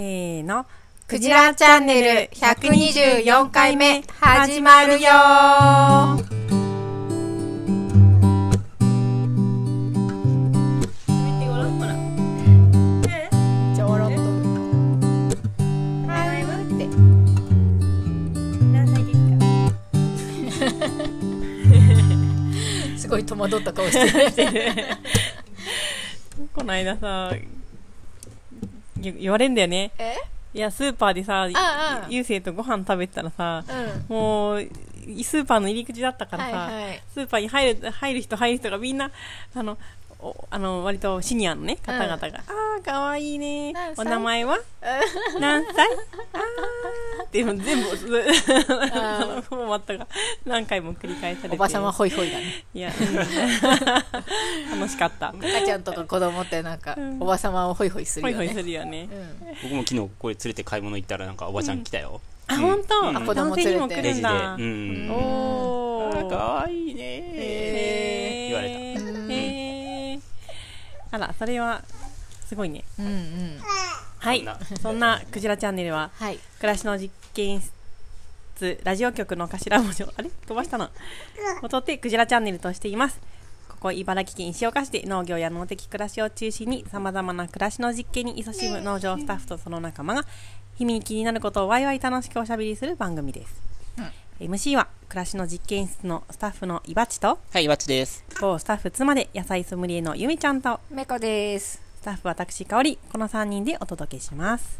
せーの。クジラチャンネル124回目始まるよちょろっとはい待ってすごい戸惑った顔してるこの間さ、言言われんだよね。 えいや、スーパーでさ、ああゆうせいとご飯食べてたらさ、うんもう、いスーパーの入り口だったからはいさ、はいスーパーに入る入る人入る人がみんな、あの、おあの割とシニアのね方々が、ああかわいいね何お歳名前は何歳ああってもう全部そのフォーマットが何回も繰り返されておばさまホイホイだねいや、うん 楽しかった。赤ちゃんとか子供ってなんかおばさまをホイホイすホイるよホイすねるよね。うん僕も昨日これ連れて買い物行ったらなんかおばちゃん来たよ、あ、本当、うんあうん子供男性にも連来れてレるんジで、うだ。ん、おー。わいいねへー言われへーあら、それは、すごいね。うんうんはい。そんなそんな、クジラチャンネルは、はい暮らしの実験室ラジオ局の頭文字をあれ飛ばしたなを取ってクジラチャンネルとしていますここ茨城県石岡市で農業や農的暮らしを中心にさまざまな暮らしの実験に勤しむ農場スタッフとその仲間が日々に気になることをワイワイ楽しくおしゃべりする番組です、MC は暮らしの実験室のスタッフのいばちとたはいわちです某スタッフ妻で野菜ソムリエのゆみちゃんとめこですスタッフ私かおりこの3人でお届けします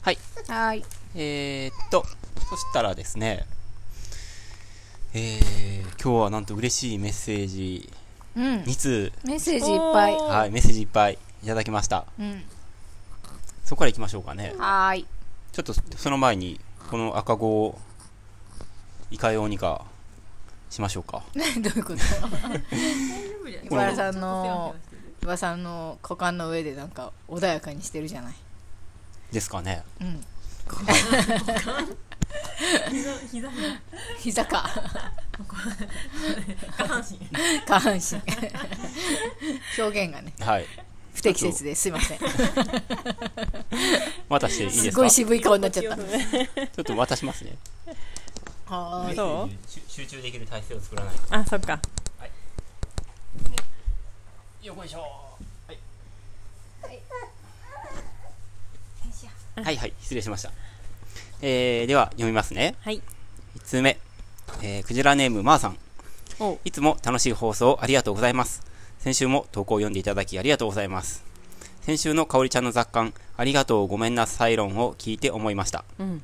はいはいえー、っとそしたらですねえー、今日はなんと嬉しいメッセージうん2通、メッセージいっぱいおーはいメッセージいっぱいいただきましたうんそこから行きましょうかねはーい ちょっとその前にこの赤子をいかようにかしましょうかどういうこと小原さんの 小原さんの股間の上でなんか穏やかにしてるじゃないですかねうん膝か 下半身下半身 表現がねはい不適切ですいません渡していいですすかごい渋い顔になっちゃったちょっと渡しますね。はーいそ集中できる体制を作らない。あそっかよこいしょ。はい。 はいはい、失礼しました。えー、では読みますね。はい1通目、えー、クジラネームまーさんおういつも楽しい放送ありがとうございます先週も投稿を読んでいただきありがとうございます先週のかおりちゃんの雑感ありがとうごめんなさい論を聞いて思いました、うん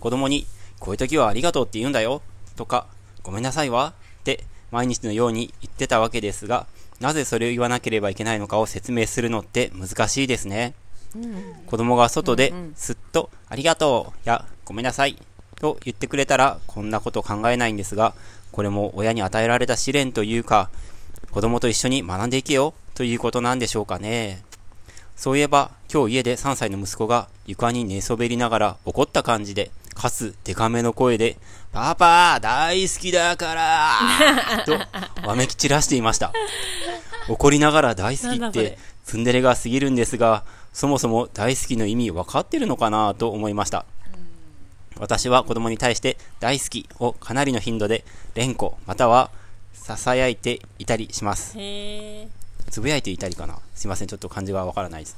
子供にこういう時はありがとうって言うんだよとかごめんなさいわって毎日のように言ってたわけですがなぜそれを言わなければいけないのかを説明するのって難しいですね子供が外ですっと「ありがとう」や「ごめんなさい」と言ってくれたらこんなこと考えないんですがこれも親に与えられた試練というか子供と一緒に学んでいけよということなんでしょうかねそういえば今日家で3歳の息子が床に寝そべりながら怒った感じでかつデカめの声で「パパ大好きだから!」とわめき散らしていました怒りながら大好きなんだっそれてツンデレが過ぎるんですがそもそも大好きの意味分かってるのかなと思いました私は子供に対して大好きをかなりの頻度で連呼または囁いていたりしますへえつぶやいていたりかなすいませんちょっと漢字がわからないです、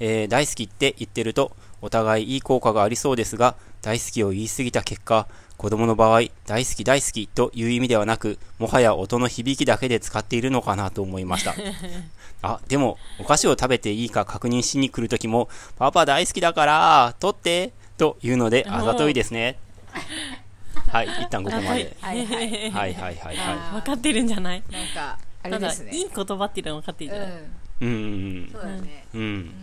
えー大好きって言ってるとお互いいい効果がありそうですが大好きを言い過ぎた結果子供の場合大好き大好きという意味ではなくもはや音の響きだけで使っているのかなと思いま したあでもお菓子を食べていいか確認しに来るときもパパ大好きだから取ってというのであざといで すねはい一旦ここまではいはいはいはいはいは分かってるんじゃないなんかあなれんだですねいい言葉っていうの分かってるうじゃない、んいうんうんそうだねうんうん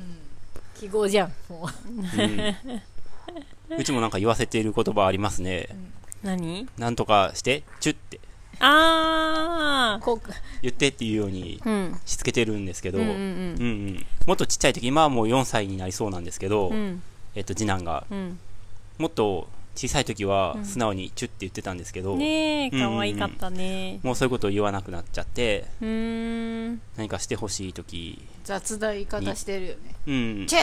記号じゃんもううん、うちもなんか言わせている言葉ありますね。何なんとかして、チュってあこう言ってっていうようにーうんしつけてるんですけど、ううんんううんんうんもっとちっちゃい時、今はもう4歳になりそうなんですけど、うんえっと、次男が、うんもっと小さい時は素直にチュって言ってたんですけど、ねえ可愛かったねもうそういうことを言わなくなっちゃって、うーん何かしてほしい時、雑な言い方してるよねうんチ、ェ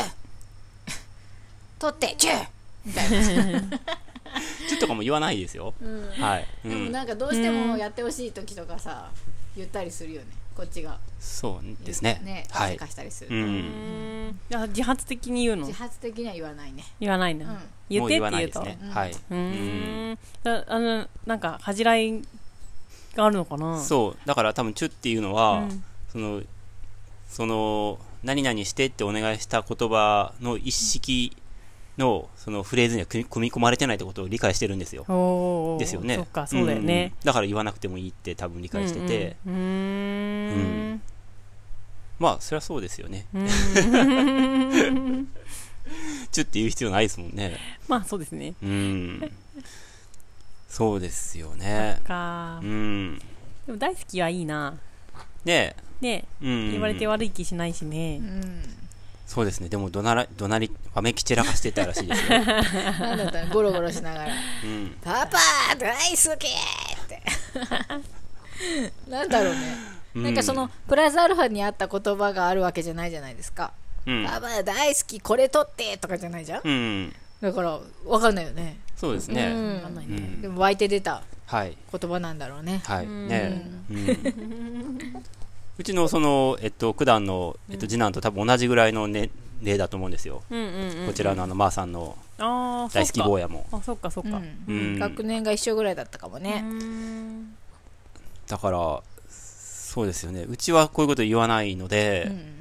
取ってチューみたいな、ちょっとかも言わないですよ。うんはい。うでもん。なんかどうしてもやってほしい時とかさ言ったりするよねこっちがそうですね。ねはせいか。したりすうる、ん。いや自発的に言うの自発的には言わないね言わないうんな、うん言もっうてって言わな言いうですとねう。んはい。うーんだあのなんか恥じらいがあるのかなうそう。だから多分、チュっていうのは、その、その、何々してってお願いした言葉の一式の、そのフレーズには組み組み込まれてないってことを理解してるんですよ。ん、おーですよね。そっかそうだよんね、。だから言わなくてもいいって多分理解してて、うんうんまあ、そりゃそうですよね。うーんチュって言う必要ないですもんね。 まあそうですねうん。そうですよね。かうん。でも大好きはいいなねねえ、うん。言われて悪い気しないしね、そうですね。でも、怒鳴ら、怒鳴り、わめき散らかしてたらしいです よ。なんだったのゴロゴロしながらうん「 パパ大好き!」って なんだろうね、うん。なんかそのプラスアルファにあった言葉があるわけじゃないじゃないですか「うん、パパ大好きこれ取って!」とかじゃないじゃんうん。だからわかんないよねそうですね。うんわかんないうんでも湧いて出たはい。言葉なんだろうねはい。うんねえ。うんうちの、その、えっと、九段の、えっと、次男と多分同じぐらいのね、例だと思うんですよ。うんうんうんこちらのあの、まーさんのあー大好き坊ややも。あそっかそっうか、んうん学年が一緒ぐらいだったかもね、うーんだから、そうですよね。うちはこういうこと言わないので、うん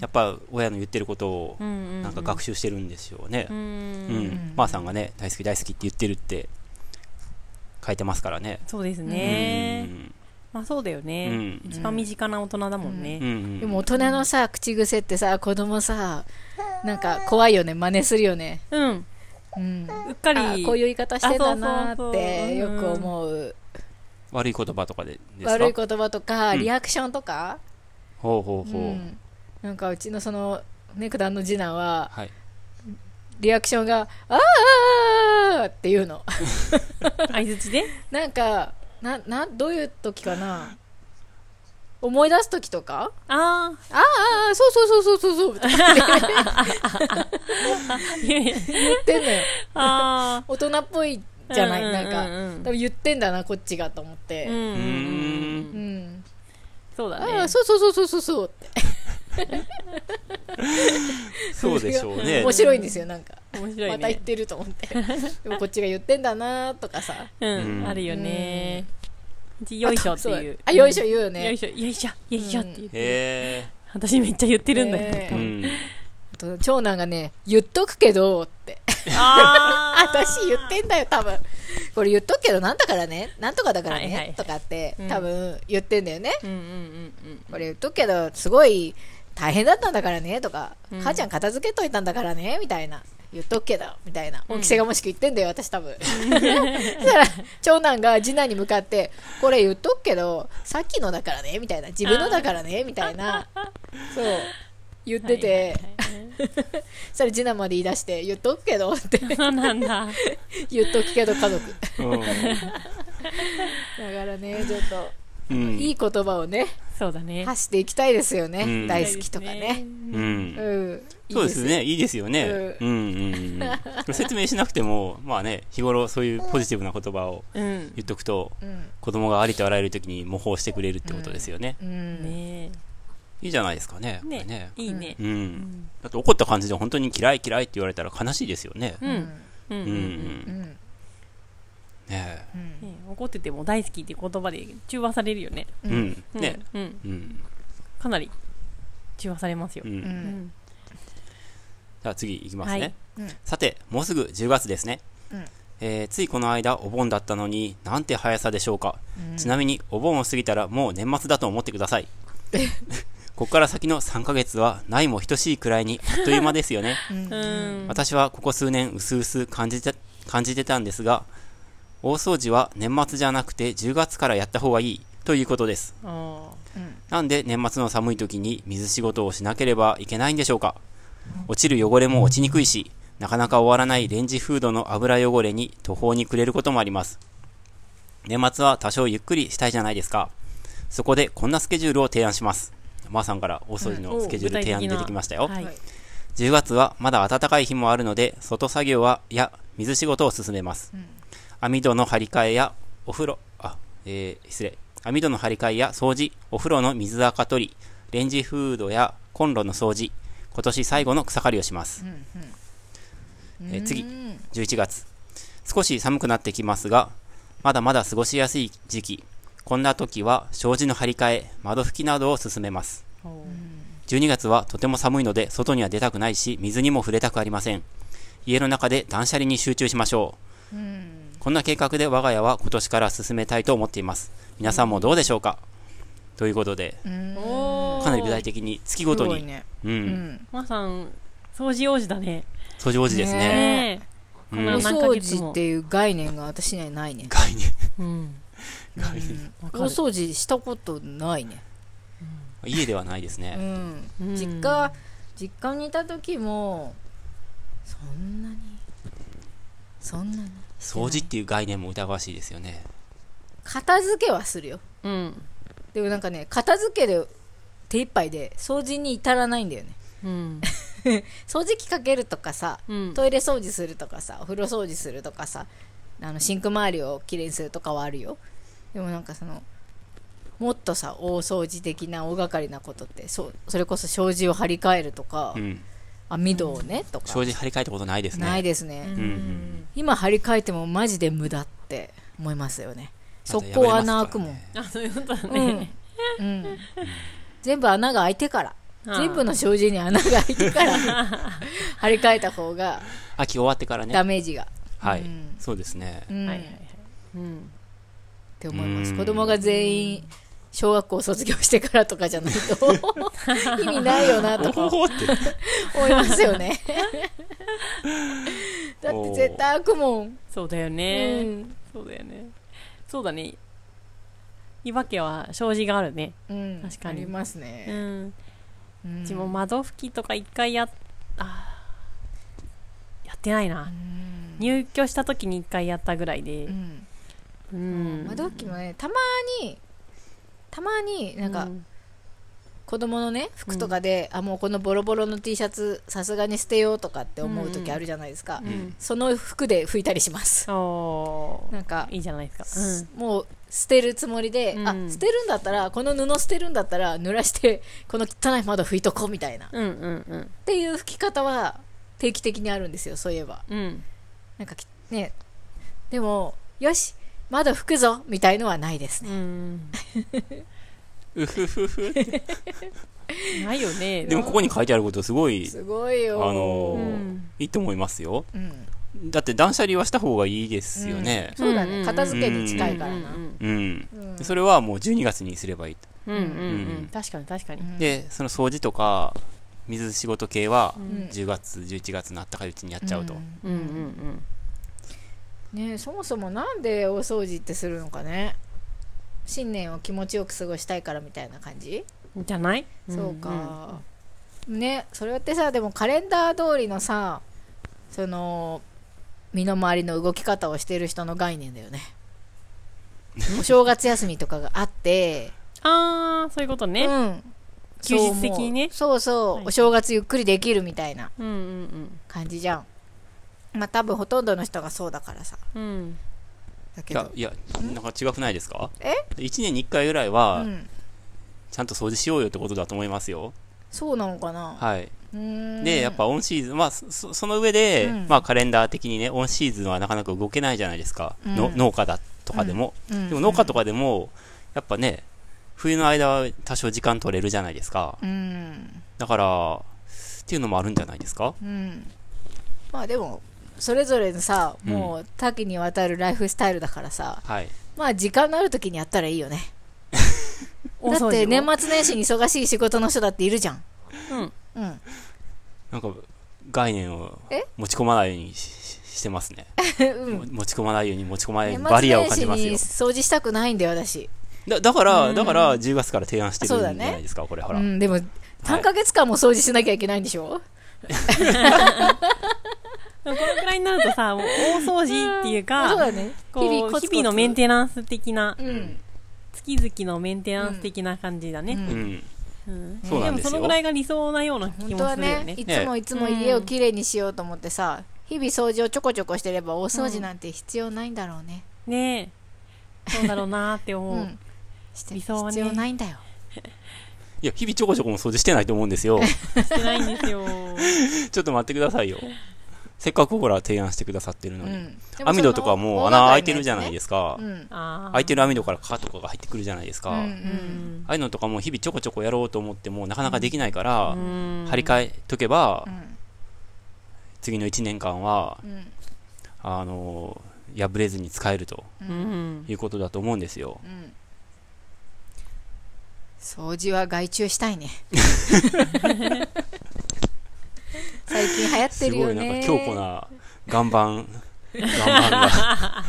やっぱ親の言ってることをうんうんうんなんか学習してるんですよねう。、うんん。まーさんがね、大好き大好きって言ってるって書いてますからね。そうですうね、ん。まあそうだようね、ん。一番身近な大人だもんね、うんでも大人のさ口癖ってさ子供さなんか怖いよね真似するよねうん、うんうっかありこういう言い方してたなあそうそうそうーってよく思う悪い言葉とかでですか悪い言葉とかうんリアクションとかほうほううほう。んなんかうちのそのね九段の次男ははい。リアクションが「あーあーあーっていうの相づちでなんかななどういう時かな 思い出す時とかあ「あーあーあーそうそうそうそうそうそう」とかってあいやいや言ってんのよあ大人っぽいじゃないうんうんうんうんなんか多分言ってんだなこっちがと思っーてうんうんううんんそうだあねあそうそうそうそうそうそうってそうでしょうね面。白いんですよなんか面白いねまた言ってると思って でもこっちが言ってんだなとかさうん、うんあるよねよいしょってあといそううあよいしょ言うよよいねしょよいしょよいしょって言って、へ私めっちゃ言ってるんだよ、ねえ。うん。あと長男がね言っとくけどってあー 私言ってんだよ多分これ言っとくけどなんだからねなんとかだからはいはいはねいとかってうん多分言ってんだよね うんうんうんうんこれ言っとくけどすごい大変だったんだからねとか、うん母ちゃん片付けといたんだからねみたいな言っとくけどみたいな恩着せがましく言ってんだよ 私多分そしたら長男が次男に向かってこれ言っとくけどさっきのだからねみたいな自分のだからねみたいなそう言ってて、そしたら次男まで言い出して言っとくけどってそうなんだ 言っとくけど家 族うんだからねちょっと、うんいい言葉をねそうだね発していきたいですよね、うん大好きとかねう。うんんいいそうですね。いいですよね。ううんうんうん。説明しなくても、まあね、日頃そういうポジティブな言葉をうん言っとくと、うん子供がありとあらゆる時に模倣してくれるってことですよね。うん、ねいいじゃないですかね。えねこれねいいねう。うんんだって怒った感じで本当に嫌い嫌いって言われたら悲しいですよね。うんうんうんうんう。うんんねうんね怒ってても大好きって言葉で中和されるよねえ。うん。ねうんうんえ。うん。かなり中和されますようう。んうんんじゃあ次いきますね、はいうんさてもうすぐ10月ですね、うんえーついこの間お盆だったのになんて速さでしょうか、うんちなみにお盆を過ぎたらもう年末だと思ってくださいここから先の3ヶ月はないも等しいくらいにあっという間ですよねうんうん私はここ数年うすうす感じて感じてたんですが大掃除は年末じゃなくて10月からやった方がいいということですあなんで年末の寒い時に水仕事をしなければいけないんでしょうか落ちる汚れも落ちにくいし、なかなか終わらないレンジフードの油汚れに途方に暮れることもあります。年末は多少ゆっくりしたいじゃないですか。そこでこんなスケジュールを提案します。まーさんから大掃除ーのスケジュール提案出てきましたよ。はいはい10月はまだ暖かい日もあるので、外作業は、や、水仕事を進めます。網戸の張り替えや、お風呂、あ、えー、失礼。網戸の張り替えや掃除、お風呂の水垢取り、レンジフードやコンロの掃除、今年最後の草刈りをします。えー次う、ん11月。少し寒くなってきますが、まだまだ過ごしやすい時期。こんな時は、障子の張り替え、窓拭きなどを進めます。12月はとても寒いので、外には出たくないし、水にも触れたくありません。家の中で断捨離に集中しましょう。こんな計画で我が家は今年から進めたいと思っています。皆さんもどうでしょうかということで、うんおーかなり具体的に月ごすとごいに、ねう、うんんまさん、掃除王子だね。掃除王子ですね。ねねこおうのん、何掃ヶ月も除っていう概念が私にはないね概念。え。うん。概念わおかる掃除したことないね家ではないですうね。んうん実家実家にいた時もそんなにそんなに掃除っていう概念も疑わしいですよね。片付けはするようん。でもなんかね片付けで手一杯で掃除に至らないんだよねうん。掃除機かけるとかさ、うんトイレ掃除するとかさお風呂掃除するとかさあのシンク周りをきれいにするとかはあるよでもなんかそのもっとさ大掃除的な大掛かりなことってそうそれこそ障子を張り替えるとか、うん。網戸をね、とか掃除張り替えたことないですね。ないですね、うんうん今張り替えてもマジで無駄って思いますよねま速た破れます攻からね穴開くもん、あ、そういう ことだうんね。うん、全部穴が開いてからあー全部の障子に穴が開いてから張り替えた方が秋終わってからダね。メージが、はい、うんそうですね。うんはいはいっうん。て思いまうすん子供が全員小学校を卒業してからとかじゃないと意味ないよなとか おほほって。思いますよねだって絶対開くもん、そうだようね。んそうだよね。そうだね。岩家は障子があるね。うん、確かにありますうね、ん。うんうちも窓拭きとか一回やっ、あーやってないな。入居した時に一回やったぐらいでう。んうん。窓拭きもねたまにたまになんかうん子供のね服とかで、あもうこのボロボロの T シャツさすがに捨てようとかって思う時あるじゃないですか、うん。その服で拭いたりしますおーなんかいいじゃないですか。もう捨てるつもりで、うんあ捨てるんだったらこの布捨てるんだったら濡らしてこの汚い窓拭いとこうみたいなっうん。うんうんうん。ていう拭き方は定期的にあるんですよそういえばうん。なんかきねでもよし窓拭くぞみたいのはないですねうん。 うふふふ。ないよね。でもここに書いてあることすごい、すごいよあのうーんいいと思いますよ。うんだって断捨離はした方がいいですよね。そうだうんうんうねん片付けに近いからなううん。うんそれはもう12月にすればいいと。んうんうんううんん確かに確かにうんで、その掃除とか、水仕事系は、ん10月、11月のあったかいうちにやっちゃうと。んうんうんねえそもそもなんでお掃除ってするのかね新年を気持ちよく過ごしたいからみたいな感じ、うんじゃないそうかねそれってさでもカレンダー通りのさその身の回りの動き方をしてる人の概念だよ ねお正月休みとかがあって、ああそういうことうねん、休日的にねそう思うそうそう、はいお正月ゆっくりできるみたいなうんうん感じじゃんまあ多分ほとんどの人がそうだからさうんうんだいけやど、いや、なんか違くないですかえ ?1 年に1回ぐらいうは、ん、ちゃんと掃除しようよってことだと思いますよ。そうなのかな、はい。うーんで、やっぱオンシーズン、まあ、そその上で、うんまあ、カレンダー的にね、オンシーズンはなかなか動けないじゃないですか。うんの農家だとかでも。うんでも農家とかでも、やっぱね、冬の間は多少時間取れるじゃないですか。うんだから、っていうのもあるんじゃないですか。うんまあでもそれぞれのさうんもう多岐にわたるライフスタイルだからさ、はい。まあ時間のある時にやったらいいよね大掃除だをって年末年始に忙しい仕事の人だっているじゃんうんうんなんか、概念をえ持ち込まないようにしししてますね、も持ち込まないように持ち込まないよう年にバリ末アを年感始じますによ。掃除したくないんだよ私だだから、うんだから10月から提案してるんそうじゃだねないですか、これ、ほうら。んでも3ヶ月間も掃除しなきゃいけないんでしょ、でもこのくらいになるとさもう大掃除っていうそうかだねこう日々コツコツ日々のメンテナンス的なうん月々のメンテナンス的な感じだうねうんんうんそうなんですよもそのぐらいが理想なような気本も当はするよねねいつもいつも家をきれいにしようと思ってさ、日々掃除をちょこちょこしてれば大掃除なんて必要ないんだろうね、ねえそうだろうなーってう思んう、して理想はね必要ないんだよいや、日々ちょこちょこも掃除してないと思うんですよ。してないんですよちょっと待ってくださいよ。せっかくほら提案してくださってるうのに。ん網戸とかもう穴開いてるじゃないですすかう。んあ開いてるる網戸から蚊とかが入ってくるじゃないですか。うんううんんああいうのとかも日々ちょこちょこやろうと思ってもなかなかできないから、うん張り替えとけば、うん次の1年間は、うんあのー破れずに使えるとううんんいうことだと思うんですよ。うん掃除は外注したい ね最近流行ってするごよいなんねか強固な岩 盤、岩盤が、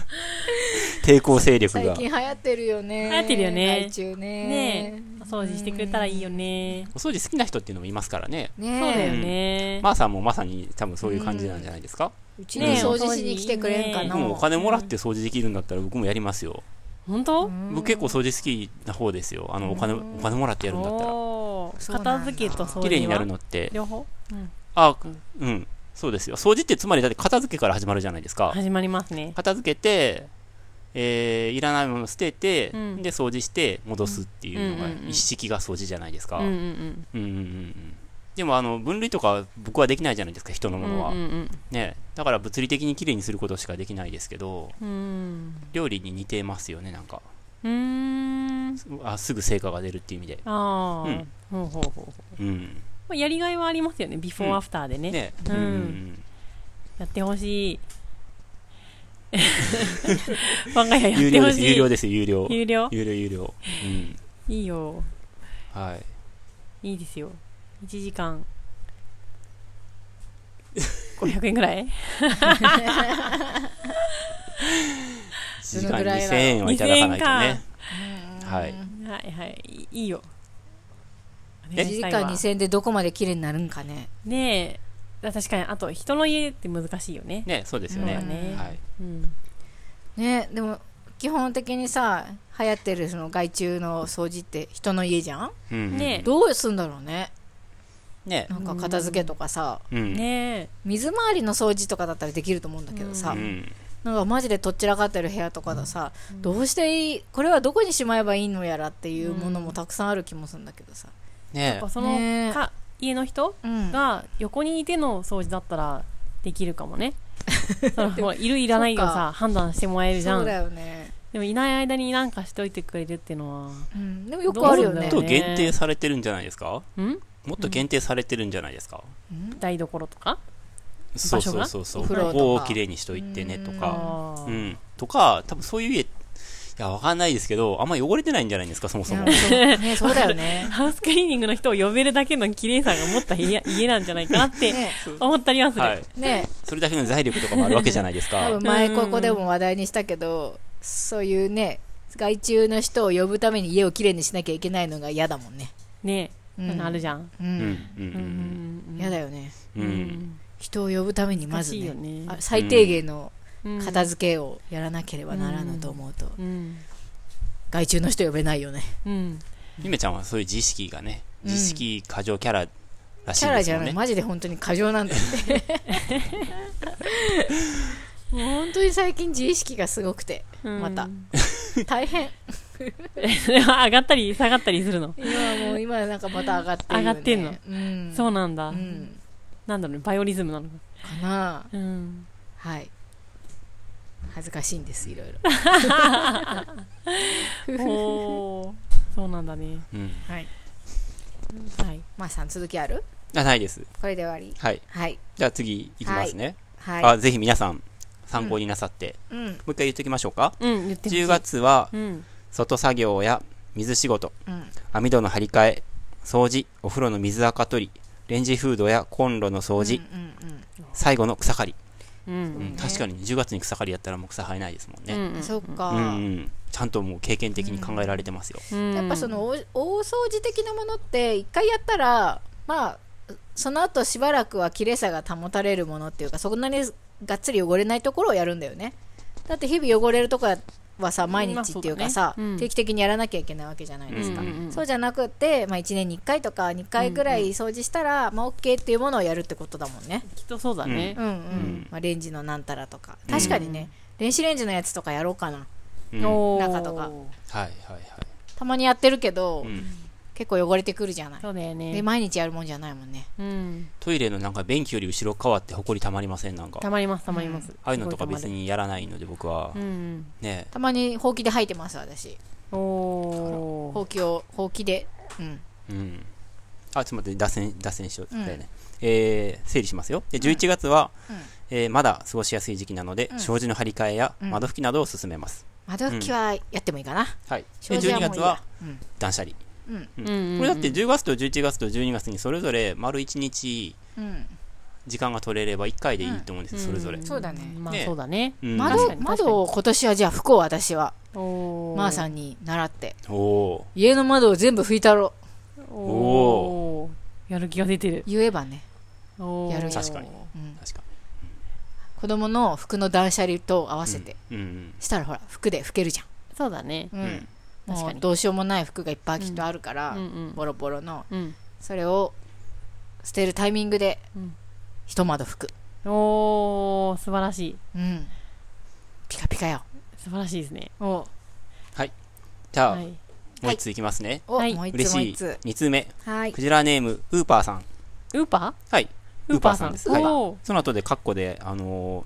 抵抗勢力最が。近流行ってるよね流行ってるよね外注ねねえお掃除してくれたらいいよねお掃除好きな人っていうのもいますからね。ねえそうだよね、まーさんもまさに多分そういう感じなんじゃないですか。うちに掃除しに来てくれんかねな、え僕もお金もらって掃除できるんだったら僕もやりますよ。本当、僕結構掃除好きな方ですよ。あの、お金、お金もらってやるんだったら。おーそうなんだ片付けと掃除は綺麗になるのって、両方、うん、あ、うん、そうですよ。掃除ってつまりだって片付けから始まるじゃないですか。始まりますね片付けて、えーいらないもの捨てて、うんで掃除して戻すっていうのがうんうんうん一式が掃除じゃないですか、うんうんうんうんうんうんうんでもあの分類とか僕はできないじゃないですか人のものは、うんうんねだから物理的にきれいにすることしかできないですけどうん料理に似てますよねなんかうんうーんあすぐ成果が出るっていう意味でああ、うんほうほうほうほうんうやりがいはありますよねビフォうんーアフターでね,、ねうんうんうんやってほし い 我が家や有って料ほですしい有料です有料有料有料有料うんいいよはいいいですよ1時間500円ぐらい 1時間どのぐらいは2000円はいただかないとねうんはいはいはいいいよお1願いし時たいわ間2000円でどこまで綺麗になるんかねねえあ確かにあと人の家って難しいよねねそうですよそうねだねはいうんねでも基本的にさ流行ってるその害虫の掃除って人の家じゃんうんうんねどうすんだろうねねなんか片付けとかさうんね水回りの掃除とかだったらできると思うんだけどさ、うんなんかマジでとっちらかってる部屋とかださ、どうしていいこれはどこにしまえばいいのやらっていうものもたくさんある気もするんだけどさ、えねそのねえか家の人うんが横にいての掃除だったらできるかも ねそのほらいるいらないをそうさ判断してもらえるじゃそんうだよね、でもいない間になんかしといてくれるっていうのはうん、でもよくあるよどうすんだねよもっと限定されてるんじゃないですかうんもっと限定されてるんじゃないですか、台所とかそう場所そうがそうそおう風呂ことかこをきれいにしといてねとかあーうん、とか多分そういう家いやわかんないですけどあんま汚れてないんじゃないですかそもそもいやそうね、そうだよ ねハウスクリーニングの人を呼べるだけの綺麗さが持った部屋家なんじゃないかなってね思ったりはする。はいねそれだけの財力とかもあるわけじゃないで す多か分前ここでも話題にしたけど、そういうね害虫の人を呼ぶために家をきれいにしなきゃいけないのが嫌だもんねねえ、うんなんかあるじゃん。ううんんうんうん嫌、だよねうんうん、人を呼ぶためにま難ずしいねよね。あ最低限のうん片付けをやらなければならぬと思うと、うん。害虫の人呼べないよねうん。ゆめちゃんはそういう自意識がねうん自意識過剰キャラらしキいャんでラすじよゃね、ないマジで本当に過剰なんだって もう本当に最近自意識がすごくてうんまた大変 上がったり下がったりするの。今もう今なんかまた上がってるよ、ね、上がってんのうんそううなんだ。んなんだろうね、バイオリズムなのか。かなうん。はい恥ずかしいんですいろい ろおー そうなんだね。うん、はいはい。まあさん続きあるあないですこれで終わりはいはいじゃあ次いきますね、はいあぜひ皆さん参考になさって、うんもう一回言っておきましょうかうん、言ってほしい10。月はうん。外作業や水仕事、うん網戸の張り替え、掃除、お風呂の水垢取り、レンジフードやコンロの掃除、うんうんうん最後の草刈り、う。うんん確かに10月に草刈りやったらもう草生えないですもんうね。んそっか、うん、うんちゃんともう経験的に考えられてますよ。うんやっぱそのお大掃除的なものって一回やったらまあその後しばらくは綺麗さが保たれるものっていうかそんなにがっつり汚れないところをやるんだよねだって日々汚れるとこやはさ毎日っていうかさ、まあそうだねうん定期的にやらなきゃいけないわけじゃないですか、うんうんうんそうじゃなくて、まあ、1年に1回とか2回ぐらい掃除したら、まあ、OK っていうものをやるってことだもんねきっとそうだねうん。うん、んまあ、レンジのなんたらとか確かにね、電子レンジのやつとかやろうかなうんはいおー中とかはいはたまにやってるけど、い、うん、結構汚れてくるじゃないそうだよねで。毎日やるもんじゃないもんねうん。トイレのなんか便器より後ろ側って埃たまりませんなんかたまります、たまります。ああいうのとかすごい別にやらないので僕はた、まる。うん。ねたまにほうきで吐いてます私おほー。うきをほうきでうんうん。あ、ちょっと待って、脱線、脱線しよう。だよね。えー整理しますよ。で、11月は、うんえーまだ過ごしやすい時期なので、うん障子の張り替えやうん窓拭きなどを進めます。窓拭きはやってもいいかな、はい。で、障子12はもうい月いやは断捨離。うんうんうんうんうんこれだって10月と11月と12月にそれぞれ丸1日うん時間が取れれば1回でいいと思うんですよ、それぞれん。そうだねまあねそうだね。うん確窓かに確かに窓を今年はじゃあ拭こう私はおー。まーさんに習っておお家の窓を全部拭いたろおー。やる気が出てる。言えばね、おーやるよ確かにうんー、確か子供の服の断捨離と合わせて、に。うん。したらほら服で拭けるじそうだねゃ。ん、ううんん確もかうにどうしようもない服がいっぱいきっとあるから、うんうんボロボロのうん。それを捨てるタイミングで、うん一窓拭く、おー、素晴らしい。うん、ピカピカよ素晴らしいですね。おじゃあ、はもい。う1ついきますね。お、はいもう一嬉つもうしい。一つ2通目。はいクジラネーム、ウーパーさん。ウーパはい。ーウーパーさんです。ウはい。おその後で、カッコで、あのー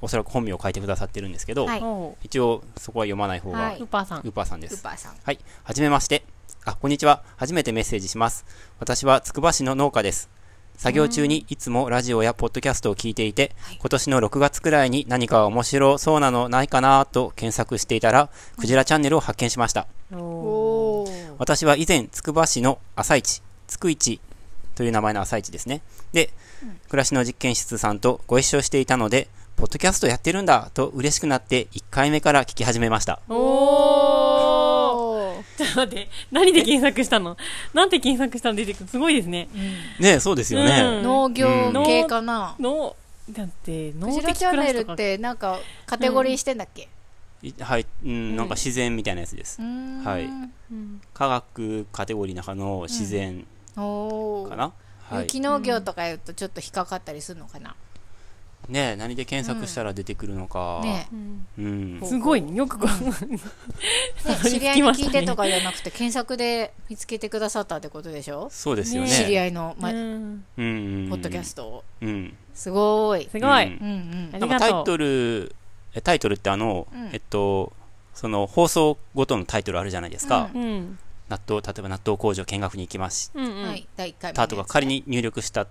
おそらく本名を書いてくださってるんですけど、はいー。お一応そこは読まない方が、はいーウーパーさんウ。ーパーさんでウーす。パーさんはい。はじめまして。あ、こんにちは。初めてメッセージします。私はつくば市の農家です。作業中にいつもラジオやポッドキャストを聞いていて、はい今年の6月くらいに何か面白そうなのないかなと検索していたら、クジラチャンネルを発見しました。おー。ー私は以前、つくば市の朝市、つくいちという名前の朝市ですね。で、暮らしの実験室さんとご一緒していたので、ポッドキャストやってるんだと嬉しくなって1回目から聞き始めました。おー。おーちょっと待って、何で検索したのなんて検索したの出てくるすごいですね。ねえ、そうですようねん。農業系かな、の、だって、ク脳ジラ的チャクンラネスルとかっ。てなんかカテゴリーしてんだっけ、いはい、うん、なんか自然みたいなやつですう。ーん、はいうん科学カテゴリーの中の自然おおかな。はい。雪農業とか言うとちょっと引っかかったりするのかな、ねえ、何で検索したら出てくるのか。ねうんうん。すごいね。よくこう。えねたどり着きましたね知り合いに聞いてとかじゃなくて検索で見つけてくださったってことでしょ、そうですよね。ねえ知り合いの、まうんうん。ポッドキャストをト。うん。すごーいすごいううん。んうんあなりんかがタとイう。トル、えタイトルってあの、うんえっと、その放送ごとのタイトルあるじゃないですか。ううん。納豆、例えば納豆工場見学に行きましうんうん。はい第1回目のやたつとか、仮に入力した、ちょ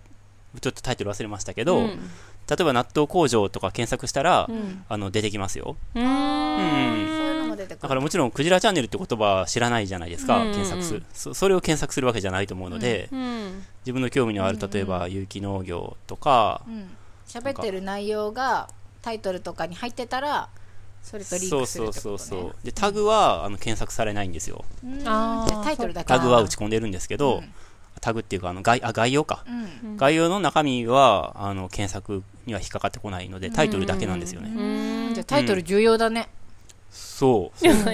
っとタイトル忘れましたけど、うん例えば納豆工場とか検索したら、うん。あの、出てきますよ。うーん。 そういうのも出てくるだからもちろん、クジラチャンネルって言葉知らないじゃないですか、うんうんうん検索するそ。それを検索するわけじゃないと思うので、うん。自分の興味のある、例えば有機農業とか、うん喋ってる内容がタイトルとかに入ってたらそれとリンそうクするっそうてそうことそねう。で、タグは、あの、検索されないんですよ。うんじあーゃあタイトルだけタなんだグは打ち込んでるんですけうど、んタグっていうか、あの、概あ概要か。うんうん概要の中身は、あの、検索には引っかかってこないので、タイトルだけなんですよね。うんじゃあタイトル重要だねそう。でも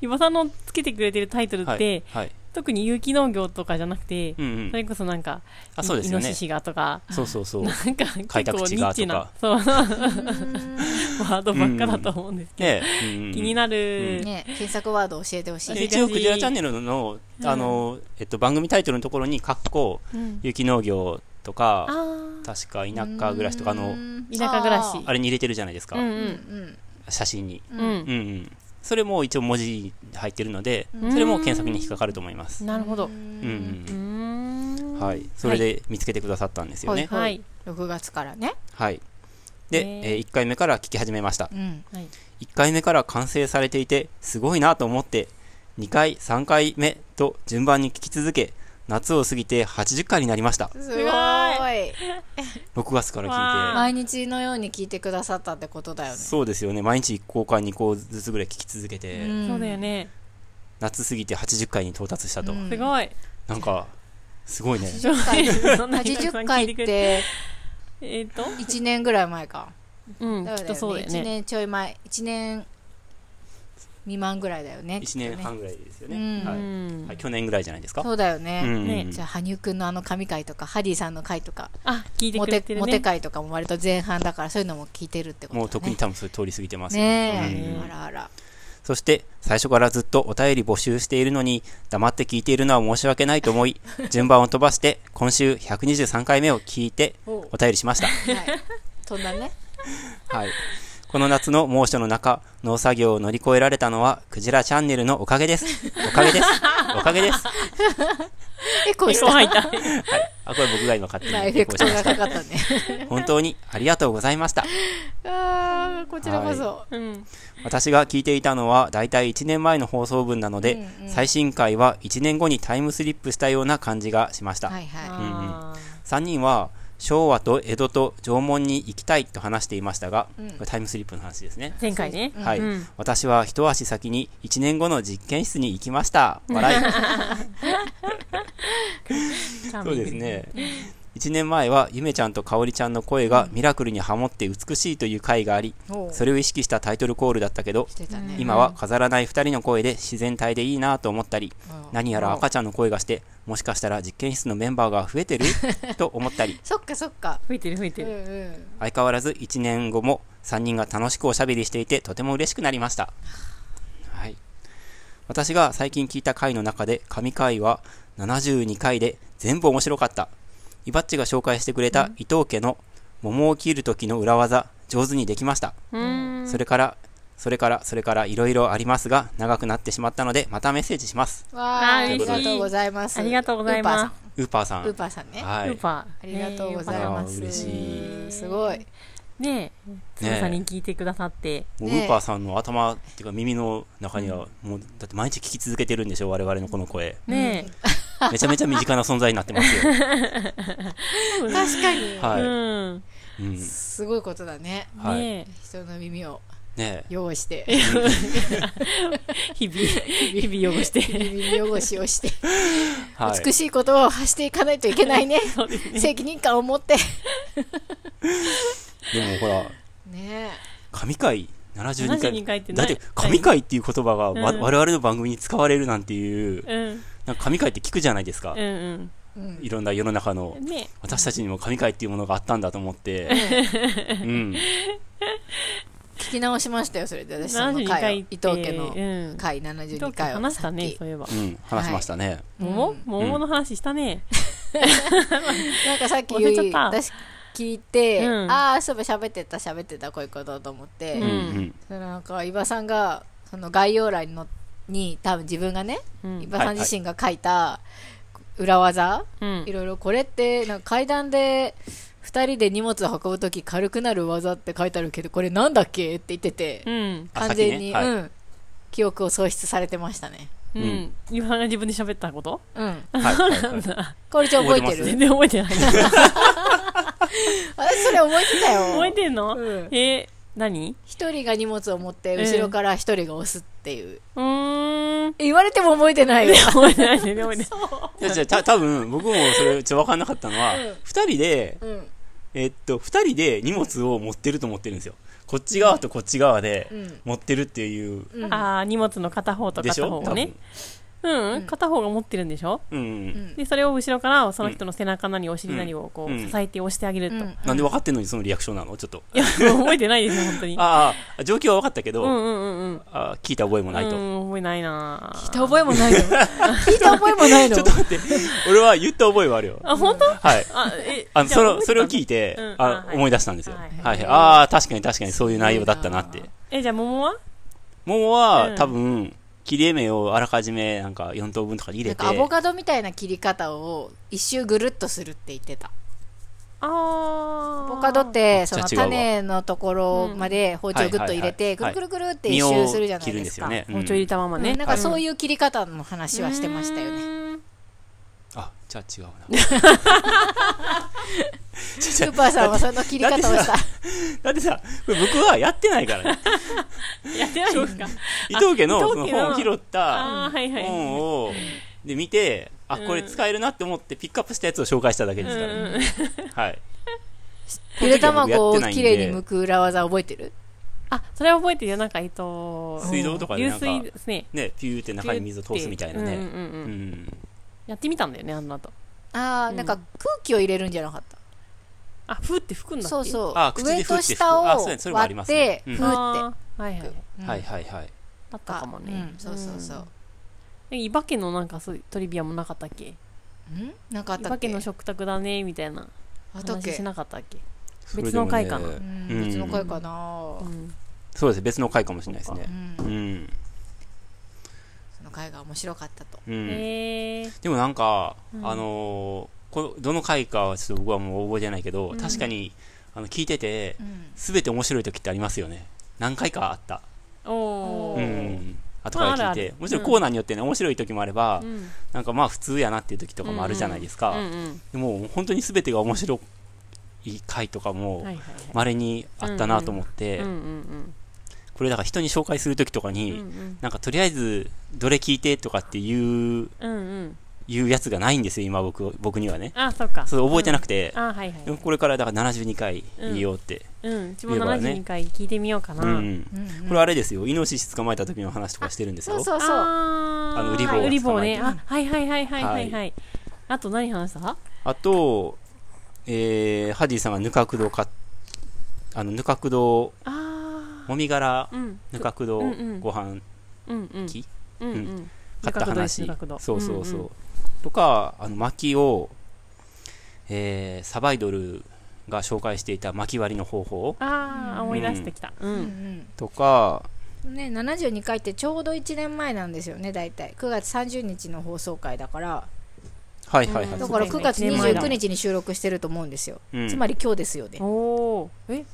岩さんのつけてくれてるタイトルって、はい。はい。特に有機農業とかじゃなくて、うんうそれん。こそなんか、あ、そうですよイねノシ。シがとか、そうそ うそう。なんか結構開拓地ニッがとチかな、そう、 ワードばっかだと思うんですけねえうんうど、ん気になる。ね検索ワード教えてほしいえ一応、クジラチャンネルの、あの、えっと、番組タイトルのところに、かっこ、うん有機農業とか、あ確か田舎暮らしとかあの、うん田舎暮らしあーあれに入れてるじゃないですかあ、う、うんん写真に。う。うんんうんうんうん。それも一応文字入ってるので、うんそれも検索に引っかかると思います。なるほど。ううんうんうんーん。んはい。それで見つけてくださったんですよね。はい。 6月からねはい。で、ねえ1回目から聞き始めましたう。んはい。 1回目から完成されていて、すごいなと思って、2回、3回目と順番に聞き続け、夏を過ぎて80回になりました。すごごいい6月から聞いわ毎日のように聞いてくださったってことだよて、ねそうですよね。毎日1項か2項ずつぐらい聞き続けて、んそうだよね。夏過ぎて80回に到達したと。うんすごい。なんか、すごいね。 80回80 80回ってえっと、 1年ぐらい前かうん、だきっとそうだよ1ね。年ちょい前1年未満ぐらいだよね。 1年半ぐらいですよね。うんはういんはい、去年ぐらいじゃないですか。そうだよね。うんねじゃあ、羽生くんのあの神回とか、ハリーさんの回とか、あ、聞いてモくテれてるモテね。回とかも割と前半だから、そういうのも聞いてるってことだね。もう特に多分それ通り過ぎてますよねうえ、あんらあら。そして、最初からずっとお便り募集しているのに、黙って聞いているのは申し訳ないと思い、順番を飛ばして、今週123回目を聞いて、おお便りしました。はい。飛んだね。はい。この夏の猛暑の中、農作業を乗り越えられたのは、クジラチャンネルのおかげです。おか げです。おかげです。はい。エコーし色入た。った。あ、これ僕が今勝手今にエフェク結構トしまがかしかったね。た。本当にありがとうございました。ああ、こちらこそ。うん。私が聞いていたのは大体1年前の放送分なので、うんうん最新回は1年後にタイムスリップしたような感じがしました、はいはあ3人は昭和と江戸と縄文に行きたいと話していましたが、うんこれタイムスリップの話ですねー、前回ね。はい、うん私は一足先に1年後の実験室に行きました笑いそうです。ね1年前はゆめちゃんとかおりちゃんの声がミラクルにハモって美しいという回がありい。おうそれを意識したタイトルコールだったけどしてたね。今は飾らない2人の声で自然体でいいなと思ったりうん何やら赤ちゃんの声がしてもしかしたら実験室のメンバーが増えてると 思ったりそっかそっか。増えてる増えうてんうる。ん。相変わらず1年後も3人が楽しくおしゃべりしていてとても嬉しくなりました、はい、私が最近聞いた回の中で神回は72回で全部面白かったイバッチが紹介してくれた伊藤家の桃を切る時の裏技上手にできましたうん。それから、それから、それから、いろいろありますが、長くなってしまったので、またメッセージします。わあ、ああーりがとうございます。ありがとうございまウーパーさん。ウーパーさん。ウーパーさんね。はウーい。パあー。りがとうございます。ねえ嬉しい。すごい。ねえ、つぶさに聞いてくださって。もうウねえーパーさんの頭っていうか耳の中には、もう、だって毎日聞き続けてるんでしょ、我々のこの声。ねめちゃめちゃ身近な存在になってますよ。確かに。え。うはん。い。うん。ねすごいことだね。はいね人の耳をえ。汚 して、え。日々、日々汚して。耳汚しをして、 はい。美しい言葉を発していかないといけない ね。そうですね。責任感を持って。でもほら、ね神回。72 72回回ってだなっいて神回っていう言葉がわ、うん我々の番組に使われるなんていううん。なんか神回って聞くじゃないですか、うんえ。うんいろんな世の中のうん。ね私たちにも神回っていうものがあったんだと思って、うん、聞き直しましたよ、それで。え。私その72回を回伊って。藤家のうん。回伊72藤回家を話したさっね、きそういえばう。ん、話しましたね。桃うん桃の話したね。 なんかさっき忘れちゃった私聞いて、うんああそういえば喋ってた喋ってたこういうことと思って、ううんん、うん、そのなんか伊庭さんがその概要欄のに多分自分がね、うん伊庭さん自身が書いた裏技、うんい。ろいろこれってなんか階段で2人で荷物を運ぶ時軽くなる技って書いてあるけどこれなんだっけって言ってて、うん。あ完全に、先ねはういん、記憶を喪失されてましたねううんん。ゆはが自分で喋ったこと うんはい、はいはいこれちゃん覚えて覚えてる全然覚えてない。私それ覚えてたよ覚えてんのうんえー、何一人が荷物を持ってええ後ろから一人が押すっていう、うーん。言われても覚えてないよ覚えてない全然覚えてない。 いやじゃあ、た多分僕もそれ、ちょっと分かんなかったのは、二人で、うんえっと、二人で荷物を持ってると思ってるんですよ。こっち側とこっち側でうん持ってるっていう、うんああ、荷物の片方とでし片ょ方多をね分。。うん、うん片方が持ってるんでしょうん。うんで、それを後ろからその人の背中なりお尻なりをこううん支えて押してあげると。うんいなんで分かってんのにそのリアクションなのちょっと。や、もう覚えてないですよ、本当に。ああ、状況は分かったけど、うんうんうんうん。あー聞いた覚えもないと。うん、覚えないな聞いた覚えもない の聞いた覚えもないの ちょっと待って、俺は言った覚えはあるよ。あ、本当はい。あ、え、あの、じゃそれ、それを覚え聞いて、うんああはい思い出したんですよ。ははいい、はい。ああ、確かに確かにそういう内容だったなっすてごい。たえ、じゃあ桃は桃は、うん多分切れ目をあらかじめなんか4等分とかに入なんれてかアボカドみたいな切り方を一周ぐるっとするって言ってたあアー。ボカドってそのじゃあ違うわ種のところまで包丁をぐっと入れてうんぐはるいぐはいるぐるって一周するじゃない身を切るんでですすよかね、包丁入れたままね。うんなんかそうういう切り方の話はしてましたよねね。あじゃあ違うな スーパーさんはその切り方をしただってさこれ僕はやってないから ねやってないですか伊藤家あ伊のそ藤の家の本を拾ったあーはいはい本をで見てあこれ使えるなって思ってピックアップしたやつを紹介しただけですからねはいゆで卵をきれいに剥く裏技覚えてるあ、それは覚えてるよ。なんか、えっと、水道とかで流なんか水ですね。ね、ピューって中に水を通すみたいなうんうね。んうんううんん。やってみたんだよね、あの後。あー、なんか空気を入れるんじゃなかったあ、ふーって吹くんだっけそうそうあ口で上吹いてと下あをそうやそれもあ割りっますてねうんふーっあーはいはい。てはいはいはい。あったかもねう。んそうそうそううん。イバケのなんかそういうトリビアもなかったっけんなんかあっイたバっけケの食卓だね、みたいなあったっ話けしなかったっけそれ別でものね回かな。うんうん別の回かなうんそうです、別の回かもしれないですねう。んうん。その回が面白かったとうん。へーでもなんか、うんあのーこどの回かはちょっと僕はもう覚えてないけど、うん確かにあの聞いててうんすべて面白い時ってありますよね何回かあったおうーん後かまらああ聞いるてあ、るもちろんうんコーナーによってね面白い時もあれば、うんなんかまあ普通やなっていう時とかもあるじゃないですか、うんうんでも本当にすべてが面白い回とかはもいはいはまれにあったなと思って、い。うんうんこれだから人に紹介する時とかうん。に、うんなんかとりあえずどれ聞いてとかっていううん。うんうん。いうやつがないんですよ今僕僕にはねあ、そうか。それ覚えてなくくて、てあ、はいはいで。もこれからだから72回見ようって、うん。うちも言えばね72回聞いてみようかうな。んうんうんこれあれですよイノシシ捕まえた時の話とかしてるんですよそうそうそうああのウリボ坊が捕まえてウリボね。あ、はいはいはいはいははいいはい。あと何話したあと、えー、ハディさんがぬかくどかあのぬかくどあもみ殻ー。うん。ぬかくどうんうんご飯うんうん。きうんう。うん買った話、ぬかくどですそぬかくどうそうそう、んんとかあの薪を、えー、サバイドルが紹介していた薪割りの方法ああ、思い出してきた。う。うんんとかうんね72回ってちょうど1年前なんですよね大体9月30日の放送回だからはいはいはい、うんだからそう9です月ね一年前だ29日に収録してると思うんですようんつまり今日ですよねおおー。え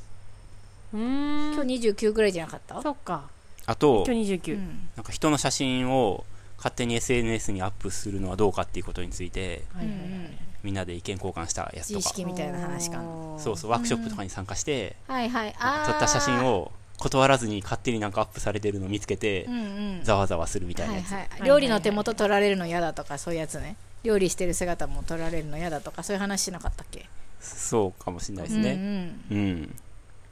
うー今ん。日29ぐらいじゃなかったそっか。あと今日29。うんなんか人の写真を勝手に SNS にアップするのはどうかっていうことについてはいはいはい。みんなで意見交換したやつ自意とか識みたいな話かななそうそうワークショップとかに参加してはいはいなんあか撮った写真を断らずに勝手になんかアップされてるのを見つけてうんうんざわざわするみたいはなやいつはい料理の手元取られるの嫌だとかそういうやつね料理してる姿も取られるの嫌だとかそういう話しなかったっけそうかもしれないですうんねうん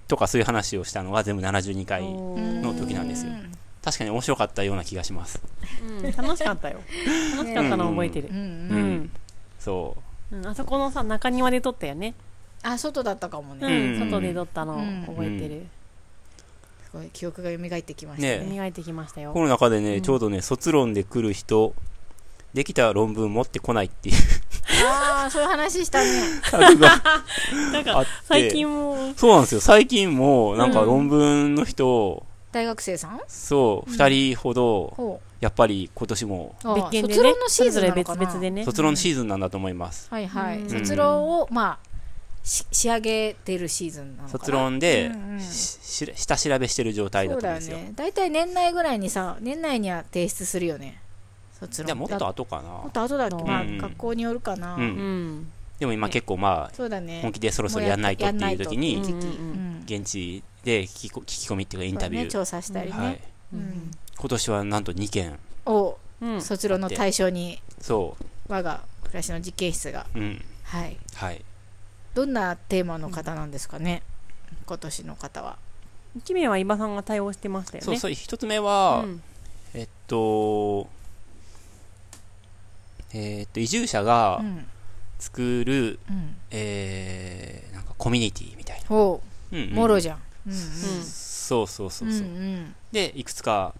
とかそういう話をしたのが全部72回うんの時なんですよ確かに面白かったような気がしますうん楽しかったよ。楽しかったの覚えてるうん。ううんんそうんあそこのさ、中庭で撮ったよね。あ外だったかもうん。ね外で撮ったのうん覚えてる。すごい記憶が蘇ってきましたねね磨いてきましたうよこ。の中でねちょうどね卒論で来る人できた論文持ってこないっていうああそういう話したね策がなんあかって、最近も、そうなんですよ。最近も、なんかうん論文の人、 大学生さんそう、二人ほど、ほうやっぱり今年も、あー別件でね、卒論のシーズそンれぞれなの別か々でなね。卒論のシーズンなんだと思います。はいはうんい卒論をまあし仕上げてるシーズンなのかな卒論でうんう、んしし下調べしてる状態だそうとだ思うんよですよ。ね大体年内ぐらいにさ年内には提出するよね卒じゃあ論もっってと後かもっな。と後だっけ、まあうん学校によるかな、う。うんん。でも今結構まあ、そうだ本ね気でそろそろやんないとっていう時うにん、うん現地で聞きこ聞き込みっていうかイインタビュー。調査したりね、はい。うん今年はなんと2件。をうん。卒論の対象にそ我が暮らしの実験室がう。うん。はいはい。どんなテーマの方なんですかね、今年の方は1名は伊庭さんが対応してましたよね。そうそう、一つ目はう、んえっと、えっと、移住者がう、ん作る、うんえー、なんかコミュニティみたいな。おううんうんもろじゃん、うんそうそうそうそう、うんうんで、いくつか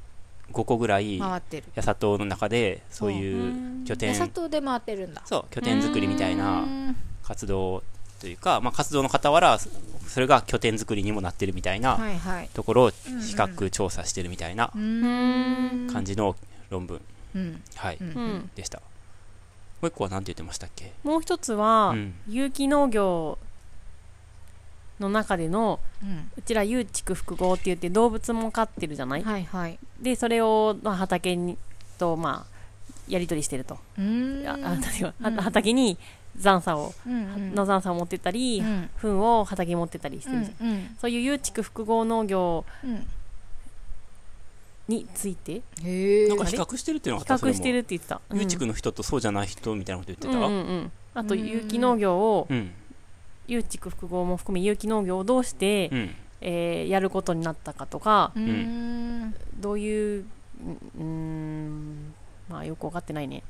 5個ぐらい、八回ってる里島の中で、そうういうん拠八点、里で回ってるんだそう、拠点作りみたいうなん活動というか、まあ活動の傍ら、そそれが拠点作りにもなってるみたいなはいはいところをうんうん比較調査してるみたいなううんん。感じの論文、うんはい、うんうんでした。もう一個は何て言ってましたっけもう一つうは、ん。有機農業の中での、うんうちら有畜複合って言って動物も飼ってるじゃないはいはいで、それを、まあ、畑に、と、まあ、やり取りしてると。うーんああ例えばうはん畑に残差を、うんうんの残差を持ってったり、うん糞を畑に持ってったりしてるじゃん、うんそういう有畜複合農業うんについて比へえなんか比較してるっていうのがあった較しそてれるもって言ってた、ゆうちくの人とそうじゃない人みたいなこと言ってうんうたんうんあとうん有機農業をうん。有畜複合も含め有機農業をどうしてうん。えーやることになったかとかうーんどういううんうーんまあよく分かってないね。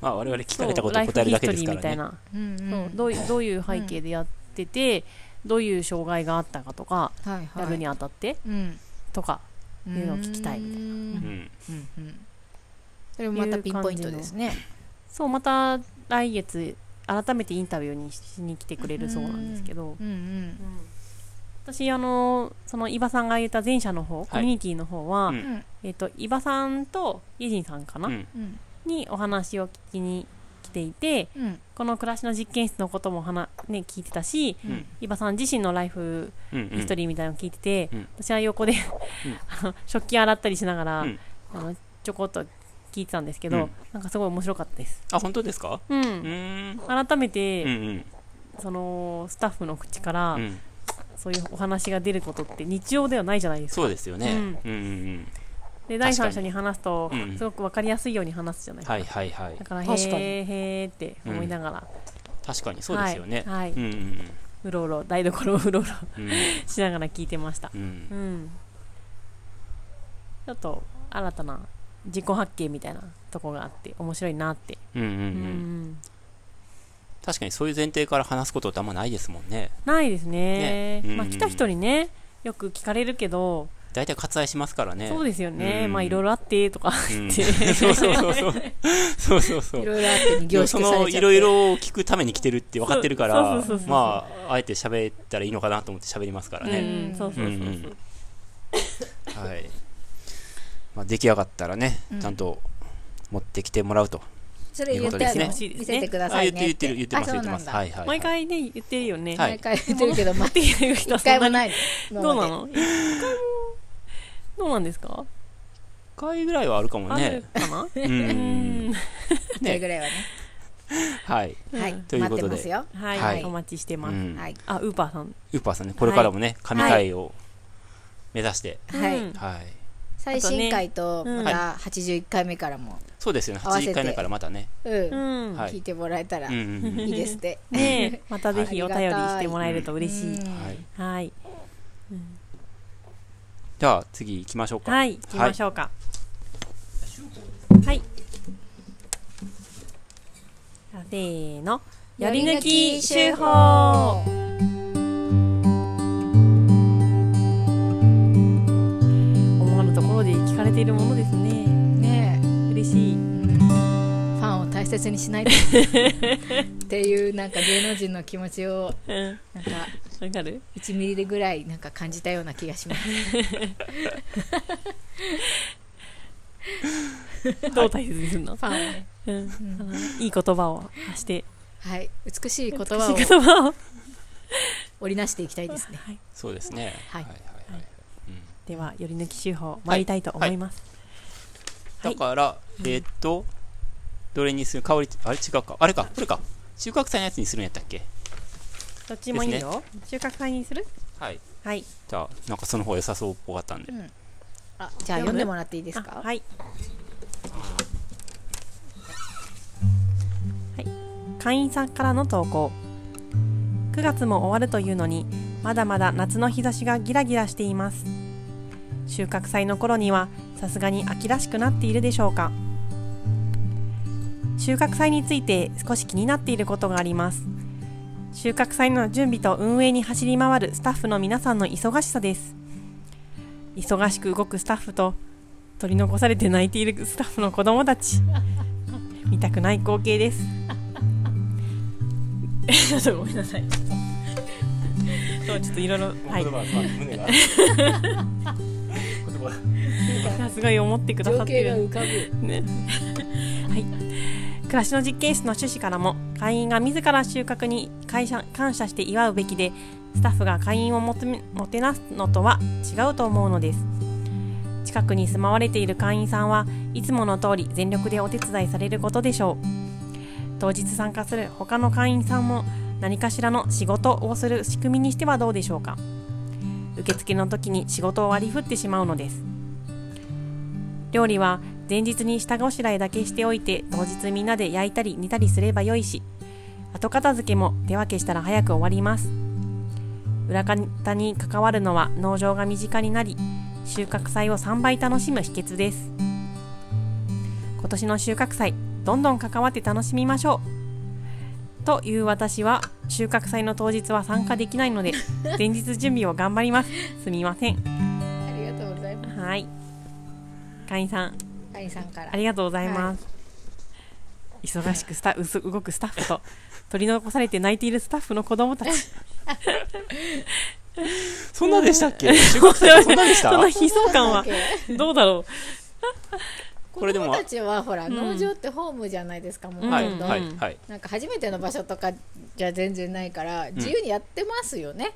まあ我々聞そかれたこうとライにフ答えるヒだスけトリですーかみたらいね。な、うんうそうんどういどういう背景でやってて、どういう障害があったかとかはいやはるにいあたってうんとか、いうのを聞きたいみみたいなううんん。うんうんそれもまたピンポイントですねそうまた来月改めてインタビューにしに来てくれるそうなんですけど、うんうん私あのその伊庭さんが言った前者の方、コミュニティの方は、うんうんえっと伊庭さんとイジンさんかな、うん。うんにお話を聞きに来ていてうんこの暮らしの実験室のこともはな、ね、聞いてたしうん。伊庭さん自身のライフうん。うんヒストリーみたいなのを聞いてて、うん私は横で、 あの食器洗ったりしながら、うんあのちょこっと聞いてたんですけど、うんなんかすごい面白かったです。あ、本当ですかうんうーん。改めうんうて、ん。そのスタッフの口から、うん。そういうお話が出ることって日常ではないじゃないですかそうですよね。うんうんうん。で第三者に話すと、うんすごく分かりやすいように話すじゃないですか、はいはいはいだ。からへ確かにーへーって思いながら、確かにそうですよね。はいはいうんうろうろ台所をうろうろうんうん。しながら聞いてましたう。うんんちょっと新たな自己発見みたいなとこがあって面白いなってうんうんう。うん確かにそういう前提から話すことってあんまないですもんね。ないですねねうんまあ来た人にねよく聞かれるけど、大体割愛しますからね。そうですよね、うんまあいろいろあってとかうん ってそうそうそうそう。そうそうそ。いうろいろあってにで凝も縮そされちゃっのていろいろ聞くために来てるって分かってるからそうそうそうそう、そうまあ、あえて喋ったらいいのかなと思って喋りますからね。うん そうそうそうそう、うんはい。まあ、出来上がったらね、ちゃんと持ってきてもらうと。それ言ってあるというこのとですね見せてくださいねあ言ってる、言ってる、言あそうってます、言ってなまんす。だはいはい。毎回ね言ってるよね、はい毎回言ってるけど まあっていう人はそん一な回にもないのどうなの一回もどうなんですか、 1回ぐらいはあるかもあるね。かなううんん。それぐらいはねはい。はいというこ待っとでてますよはい、はいお待ちしてうます、ん。はいあウーパーさんウーパーさんね、これからもね、神回を目指して。はうんいはい。最新回とあとねまた81回目からもそうですよね、合わせて81回目からまたね。うんうん、はい聞いてもらえたらうんいうんうん。いですねね えまたぜひおは便いりしてもらえると嬉しい、うんはい。はいじゃあ、次行きましょうか。はい行きましょうかはいじゃあせーのやり抜き手法思わぬところで聞かれているものですねねえ嬉しいうんファンを大切にしな いとっていうなんか芸能人の気持ちをうんなんかわかる1ミリでぐらいなんか感じたような気がします どう大切にするの、ファンをねうんいい言葉を発してはい美しい言葉を言葉を織りなしていきた いですねそうですね。はいはいはいはいうんでは寄り抜き手法参りたいと思います、はだいから、えーっと、どれにする香り、あれ違うか。あれか、これか。収穫祭のやつにするんやったっけどっちもいいよ、収穫祭にするはい。はいじゃあ、なんかその方良さそうっぽかったんで。あじゃあ読む読んでもらっていいですあかはいはい会員さんからの投稿9月も終わるというのにまだまだ夏の日差しがギラギラしています収穫祭の頃にはさすがに秋らしくなっているでしょうか収穫祭について少し気になっていることがあります収穫祭の準備と運営に走り回るスタッフの皆さんの忙しさです忙しく動くスタッフと取り残されて泣いているスタッフの子供たち見たくない光景です ちょっとごめんなさい そうちょっといろいろはい胸が。すごい思ってくださってるかぶねはい暮らしの実験室の趣旨からも会員が自ら収穫に感謝感謝して祝うべきでスタッフが会員をもつめもてなすのとは違うと思うのです近くに住まわれている会員さんはいつもの通り全力でお手伝いされることでしょう当日参加する他の会員さんも何かしらの仕事をする仕組みにしてはどうでしょうか受付の時に仕事を割り振ってしまうのです料理は前日に下ごしらえだけしておいて当日みんなで焼いたり煮たりすればよいし後片付けも手分けしたら早く終わります裏方に関わるのは農場が身近になり収穫祭を3倍楽しむ秘訣です今年の収穫祭どんどん関わって楽しみましょうという私は収穫祭の当日は参加できないので前日準備を頑張りますすみませんありがとうございますはい会員さんカニさんからありがとうございます、忙しくスタ うす動くスタッフと取り残されて泣いているスタッフの子供たちそんなでしたっけ収穫祭ってそんなでしたその悲壮 感はどうだろここれれででももたちはほら、ん農場ってホームじゃないですかもうほとんど、はい、うんはい、はい。なんか初めての場所とかじゃ全然ないから自由にやってますよね、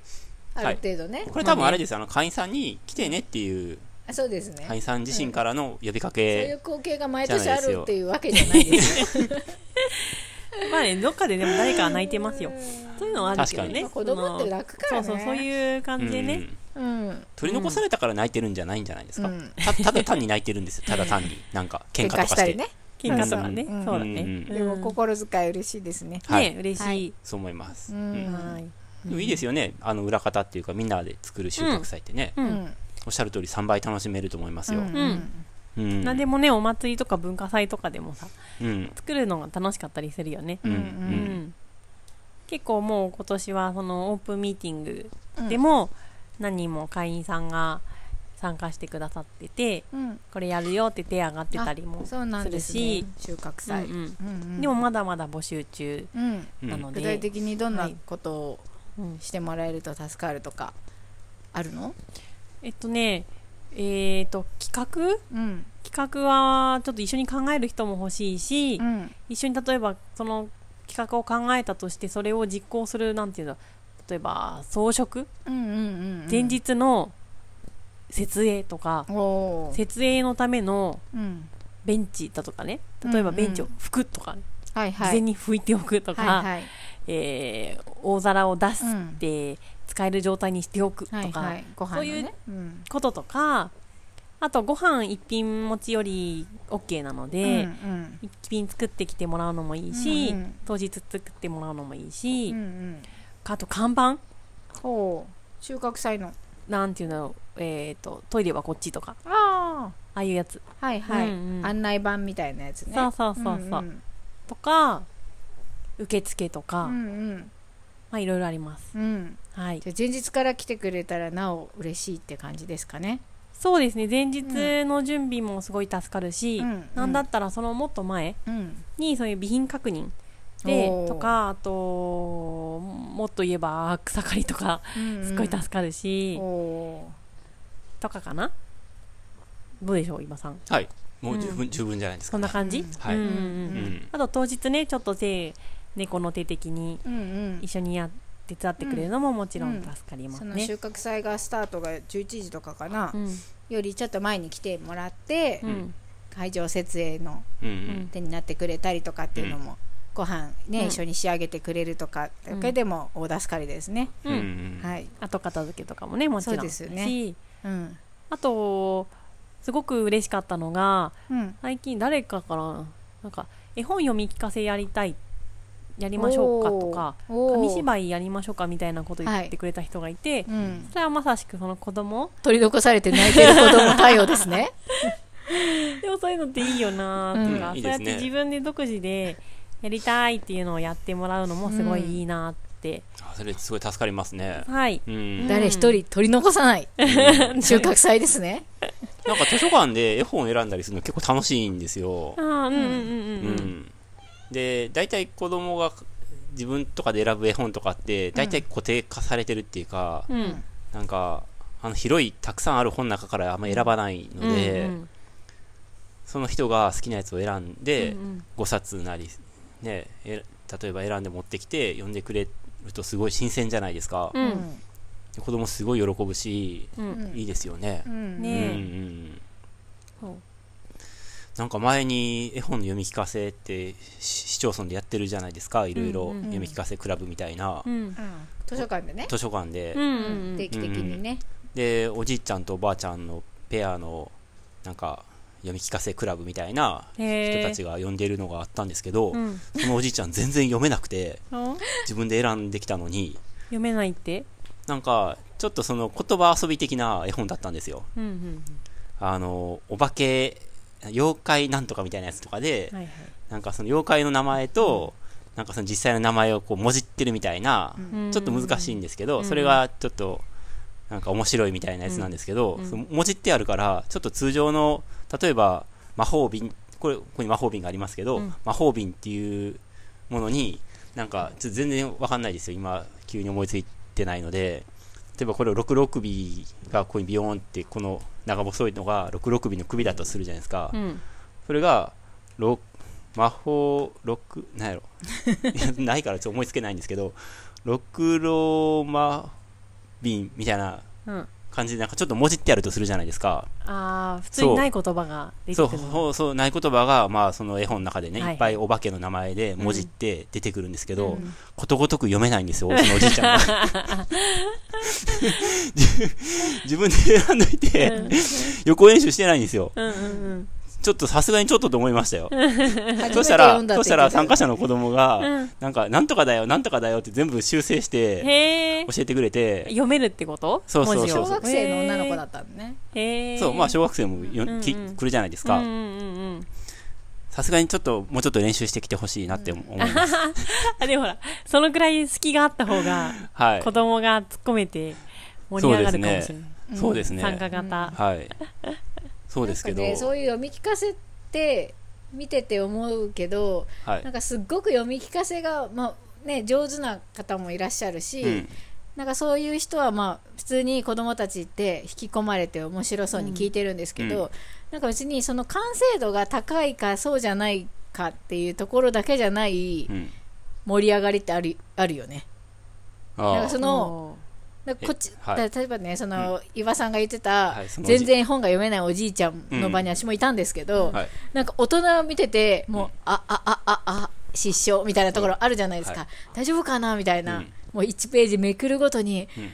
ある程度ね、これ多分あれですよ、あの、会員さんに来てねっていう、あそうですね、会員さん自身からの呼びかそういうけ、光景が毎年あるっていうわけじゃないですようまあねどっかででも誰かは泣いてますよそういうのはあるけどねまあ子供って楽からねそうそうそういう感じでうねん、うん取り残されたから泣いてるんじゃないんじゃないですか、うんたた だ単に泣いてるんですよただ単になんか喧喧嘩とか嘩ししてたりね喧嘩とかね、うんそうだうねん、うんでも心遣い嬉しいですね、はいね嬉しい、そう思います、ううんんはいでもいいですよねあの裏方っていうかみんなで作る収穫祭ってね、ううんんおっしゃる通り3倍楽しめると思いますよ、んうんうん、何でも、もねお祭りとか文化祭とかでもさうん作るのが楽しかったりするよね、うんううんうんん、結構もう今年はそのオープンミーティングうんでも何人も会員さんが参加してくださっててうんこれやるよって手上がってたりもそうなんですするねし収穫うんう祭、んうんうんでもまだまだ募集中うんうんなので、具体的にどんはないことをうんしてもらえると助かるとかあるの、えっとねえっと企画うん企画はちょっと一緒に考える人も欲しいし、うん、一緒に例えばその企画を考えたとしてそれを実行するなんていうの例えば装飾、うんうんうん前日の設営とか、おー設営のためのうんベンチだとかね例えばうんうんベンチを拭くとか、はい事はい前に拭いておくとか、はいはいえー大皿を出すうんって使える状態にしておくとか、はいはいご飯のねそういううんこととかあとご飯一品持ちより OK なのうんで、うん一品作ってきてもらうのもいいし、うんうん当日作ってもらうのもいいし、うんうんあと看板ほう収穫祭のなんていうの、えー、とトイレはこっちとかあああいうやつあはいはい、うんうん案内板みたいなやつねそうそうそうそうとか受付とか、うんうんうんまあいろいろありますうんうんはいじゃあ前日から来てくれたらなお嬉しいって感じですかねそうですね前日の準備もすごい助かるし、うんなんだったらそのもっと前うんにそういう備品確認でおーとかあともっと言えば草刈りとかすっごい助かるし、おとかかなどうでしょう今さんはいもう十分、十分じゃないですそか、んな感じ、うんはいうんうんううんんあと当日ねちょっと手猫の手的にうんうん一緒にやって手伝ってくれるのももちろん助かりまそすのね収。穫祭がスタートが11時とかかな、うんよりちょっと前に来てもらって、うん会場設営のうんううんん手になってくれたりとかっていうのも、ご飯ね、うん一緒に仕上げてくれるとかだけでも大助かりですね、うんううんんはい、後片付けとかもねもちろんそうだですし、よねうんあとすごく嬉しかったのがうん、最近誰かからなんか絵本読み聞かせやりたいやりましょうかとかおー紙芝居やりましょうかみたいなこと言ってくれた人がいて、うん、それはまさしくその子供取り残されて泣いてる子供対応です ねでもそういうのっていいよなーとか、うんいそういでやっすねて自分で独自でやりたいっていうのをやってもらうのもすごいいいなーって、あそれすごい助かりますねはいうん、誰一人取り残さないうん収穫祭ですねなんか図書館で絵本を選んだりするの結構楽しいんですよあ、あうんうんうんううん、ん、で大体子供が自分とかで選ぶ絵本とかって大体固定化されてるっていうか、うんなんかあの広いたくさんある本の中からあんま選ばないので、うんその人が好きなやつを選んで、うんうん5冊なり、ね、え例えば選んで持ってきて読んでくれるとすごい新鮮じゃないですか、ううん子供すごい喜ぶし、うんうんいいですよねう、んねうんえうんそうなんか前に絵本の読み聞かせってし市町村でやってるじゃないですかいろいろうんうん読み聞かせクラブみたいな、うんうん図書館でね、図書館で、うんうん定期的にね、でおじいちゃんとおばあちゃんのペアのなんか読み聞かせクラブみたいな人たちが呼んでるのがあったんですけど、うんそのおじいちゃん全然読めなくてそう自分で選んできたのに読めないってなんか、ちょっとその言葉遊び的な絵本だったんですよ。うんうんあの、お化け、妖怪なんとかみたいなやつとかで、うん。はいはい。なんかその妖怪の名前と、なんかその実際の名前をこうもじってるみたいな、うんちょっと難しいんですけど、うんそれがちょっと、なんか面白いみたいなやつなんですけど、うんその文字ってあるから、ちょっと通常の、例えば、魔法瓶、これ、ここに魔法瓶がありますけど、うん魔法瓶っていうものに、なんか、ちょっと全然わかんないですよ。今、急に思いついてないので、例えばこれを66尾がここにビヨーンって、この長細いのが66尾の首だとするじゃないですか。うん。それが、ろ魔法六なんやろ いやないからちょっと思いつけないんですけど、六郎魔瓶みたいなうん。感じで、なんかちょっと文字ってあるとするじゃないですか。ああ、普通にない言葉が出そてう、くるの。そう、そう、ない言葉が、まあ、その絵本の中でね、はいいっぱいお化けの名前で文字って出てくるんですけど、うんことごとく読めないんです よ、そのおじいちゃんが。自分で 選んどいて、予行演習してないんですよ。うんうんうん。ちょっとさすがにちょっとと思いましたよ。初めてそしたら、読んだそって言ってしたら参加者の子供が、うんなんか、なんとかだよ、なんとかだよって全部修正して、へえ。教えてくれて、読めるってことそうそうそ文う字を小学生の女の子だったのね。へえ。そう、まあ、小学生もようんうんき来るじゃないですうんか。うんうんうん。さすがにちょっと、もうちょっと練習してきてほしいなって思思います。あ、 でもほら、そのくらい隙があった方が、 はい子。供が突っ込めて盛り上がるかもしれない。そうです参加ね。型。はい。そうですけどなんか、ね、そういう読み聞かせて見てて思うけどはなんい。かすっごく読み聞かせが、まあね、上手な方もいらっしゃるし、うん。なんかそういう人は、まあ、普通に子供たちって引き込まれて面白そうに聞いてるんですけど、うなんか別にその完成度が高いかそうじゃないかっていうところだけじゃないうん。盛り上がりってあるあるよね。なんあかそのなんかこっちえはいだ例えばねその、岩さんが言ってた、はいそのおじ全然本が読めないおじいちゃんの場に私もいたんですけど、あ。はい。なんか大人を見ててもう、うんあああああ失笑みたいなところあるじゃないですか、は大丈夫かなみたいな、うんもう1ページめくるごとに、うん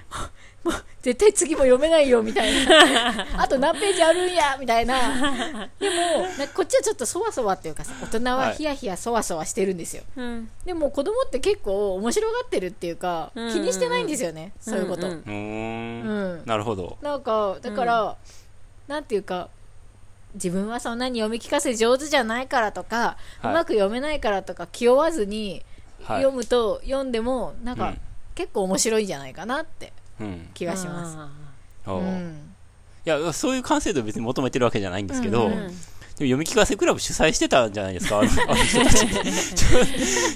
もう絶対次も読めないよみたい なあと何ページあるんやみたいなでもなんかこっちはちょっとそわそわっていうかさ大人ははいヒヤヒヤそわそわしてるんですよ、うん、でも子供って結構面白がってるっていうか、うんうんうん気にしてないんですよねそういうこと、んんうー。うんん、なるほど。なんかだから、なんていうか自分はそんなに読み聞かせ上手じゃないからとか、はいうまく読めないからとか気負わずにはい読むと、読んでもなんか、うん結構面白いんじゃないかなってうん。気がします。あおう、うんいや、そういう完成度別に求めてるわけじゃないんですけど、ーうでんも読み聞かせクラブ主催してたんじゃないです か、あのあの人たち。ちょ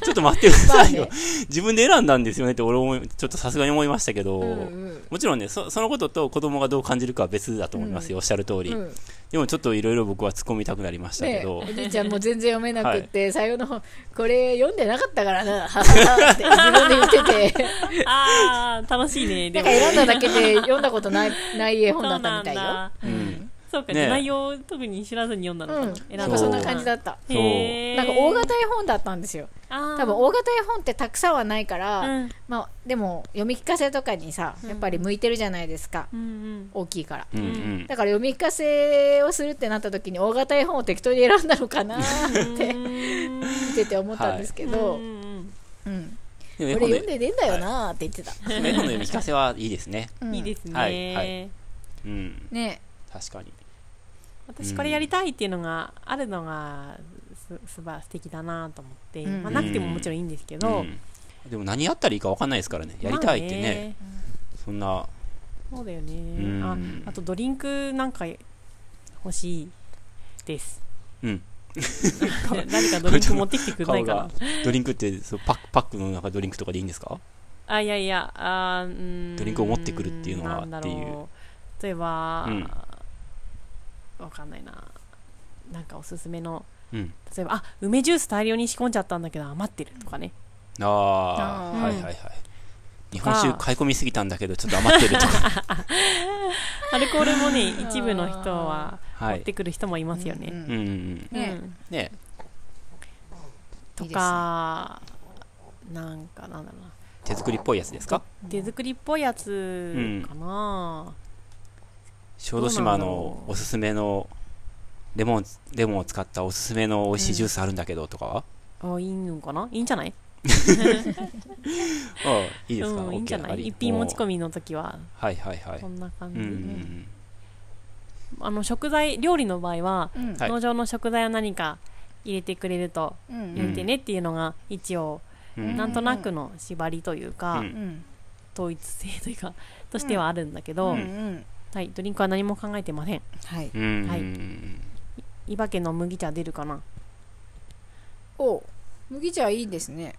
ちょっと待ってくださいよ。まあね自分で選んだんですよねって俺思い、ちょっとさすがに思いましたけど、うんうんもちろんねそ、そのことと子供がどう感じるかは別だと思いますよ、おっしゃる通り。うんでもちょっといろいろ僕は突っ込みたくなりましたけねど、おじいちゃんも全然読めなくって、最後の方これ読んでなかったからなって自分で言っててあー、楽しいね。なでんもか選んだだけで読んだことないない絵本だったみたいそうなよんだ。うんそうか、ね内容を特に知らずに読んだうのんか、なんだかそんな感じだっった。た。そうへーなんか大型絵本だったんですよ。あー多分大型絵本ってたくさんはないから、うんまあでも読み聞かせとかにさ、やっぱり向いてるじゃないですか、うん大きいから。うんうんだから読み聞かせをするってなった時に大型絵本を適当に選んだのかなうん。っうてーん見てて思ったんですけど、うんうんうんでも俺絵本の読んでねえんだよなって言ってた、絵本の読み聞かせはいいですね。うんいいですすね、はいはいうん、ね確かに。私これやりたいっていうのがあるのがすすば素敵だなと思って、うんまあ、なくてももちろんいいんですけど、うんでも何やったらいいか分かんないですからね、やりたいってね、まそんな、あねそうだよね、うんああとドリンクなんか欲しい ですうん、誰かドリンク持ってきてくれな顔いかなが、ドリンクってそうパック、パックの中ドリンクとかでいいんですかあいやいやあーうーんドリンクを持ってくるっていうのはなんだろってい例えうば、うんわかんないななんかおすすめのうん。例えばあ梅ジュース大量に仕込んじゃったんだけど余ってるとかねあああ、ーはいはいはい。日本酒買い込みすぎたんだけど、ちょっと余ってるとか。アルコールも ねー一部の人はは持っい。てくる人もいますよね、ううんんうんううん。んうねんねとかなんかなんだろうな手作りっぽいやつですか手作りっぽいやつかな、小豆島のおすすめのレモン、レモンを使ったおすすめの美味しいジュースあるんだけどとかはあいいのかないいんじゃないあいいですか、うん、いいんじゃな OK ありい一品持ち込みの時ははいはいはいこんな感うじ、んうんあの食材料理の場合は、うんはい農場の食材を何か入れてくれるとうん入れてねっていうのが一応うんうんなんとなくの縛りというか、うんうん統一性というかとしてはあるんだけど、うんんはい、ドリンクは何も考えてませんはいうんはいうん伊庭家の麦茶出るかなお麦茶いいですね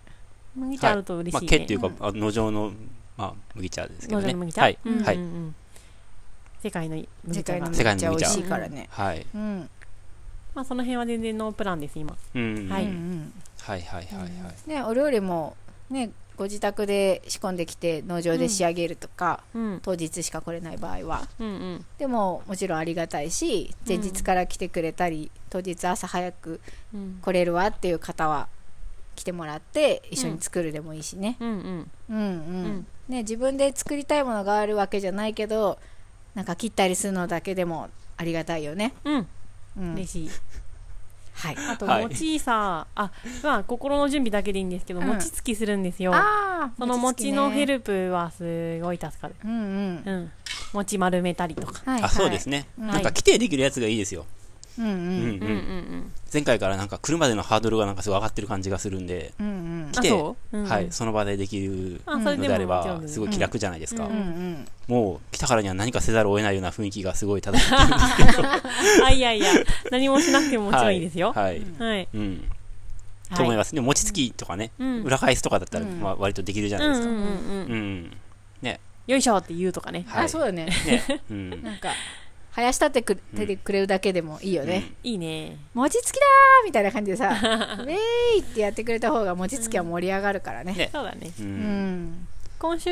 麦茶あると嬉まあ、しい毛ね、っていうか、あ農場の、まあ、麦茶ですけ農ど場ねの麦茶、はい、うんうんうんはい世界の麦世茶界がの世界麦茶美の麦茶味しいからねはい、うんまあその辺は全然ノープランです今うんはういんうんはいはいはいはいねお料理もねご自宅で仕込んできて農場で仕上げるとかうん当日しか来れない場合はうんうんでももちろんありがたいし前日から来てくれたり当日朝早くうん来れるわっていう方は来てもらって一緒に作るでもいいしねうんうんうんうんんね自分で作りたいものがあるわけじゃないけどなんか切ったりするのだけでもありがたいよねうんうん嬉しいはいあとはい餅さ、あまあ心の準備だけでいいんですけどうん餅つきするんですよあーその餅のヘルルプはすごい助かるうんうんうん餅丸めたりとかはいあそうですねはね、いなんか規定できるやつがいいですよ、うんううんうんんうん前回からなんか来るまでのハードルがなんかすごい上がってる感じがするんで、うんうんあ来てそう、うんはい、その場でできるあそれのでであれももちろんばですすごい気楽じゃないですか、ううんうんもう来たからには何かせざるを得ないような雰囲気がすごい 漂ってるあいや いや何もしなくてももちろんいいですよはい、はい、はいうんと思いますね餅つきとかね、うん裏返すとかだったら、うんまあ、割とできるじゃうないんですうか、んうんうんうんよいしょって言うとかねはいあそうだねね、うん、なんか林立てくれてくれるだけでもいいよねいいね餅つきだーみたいな感じでさウェーイってやってくれた方が餅つきは盛り上がるからねねそうだねうんううんん今週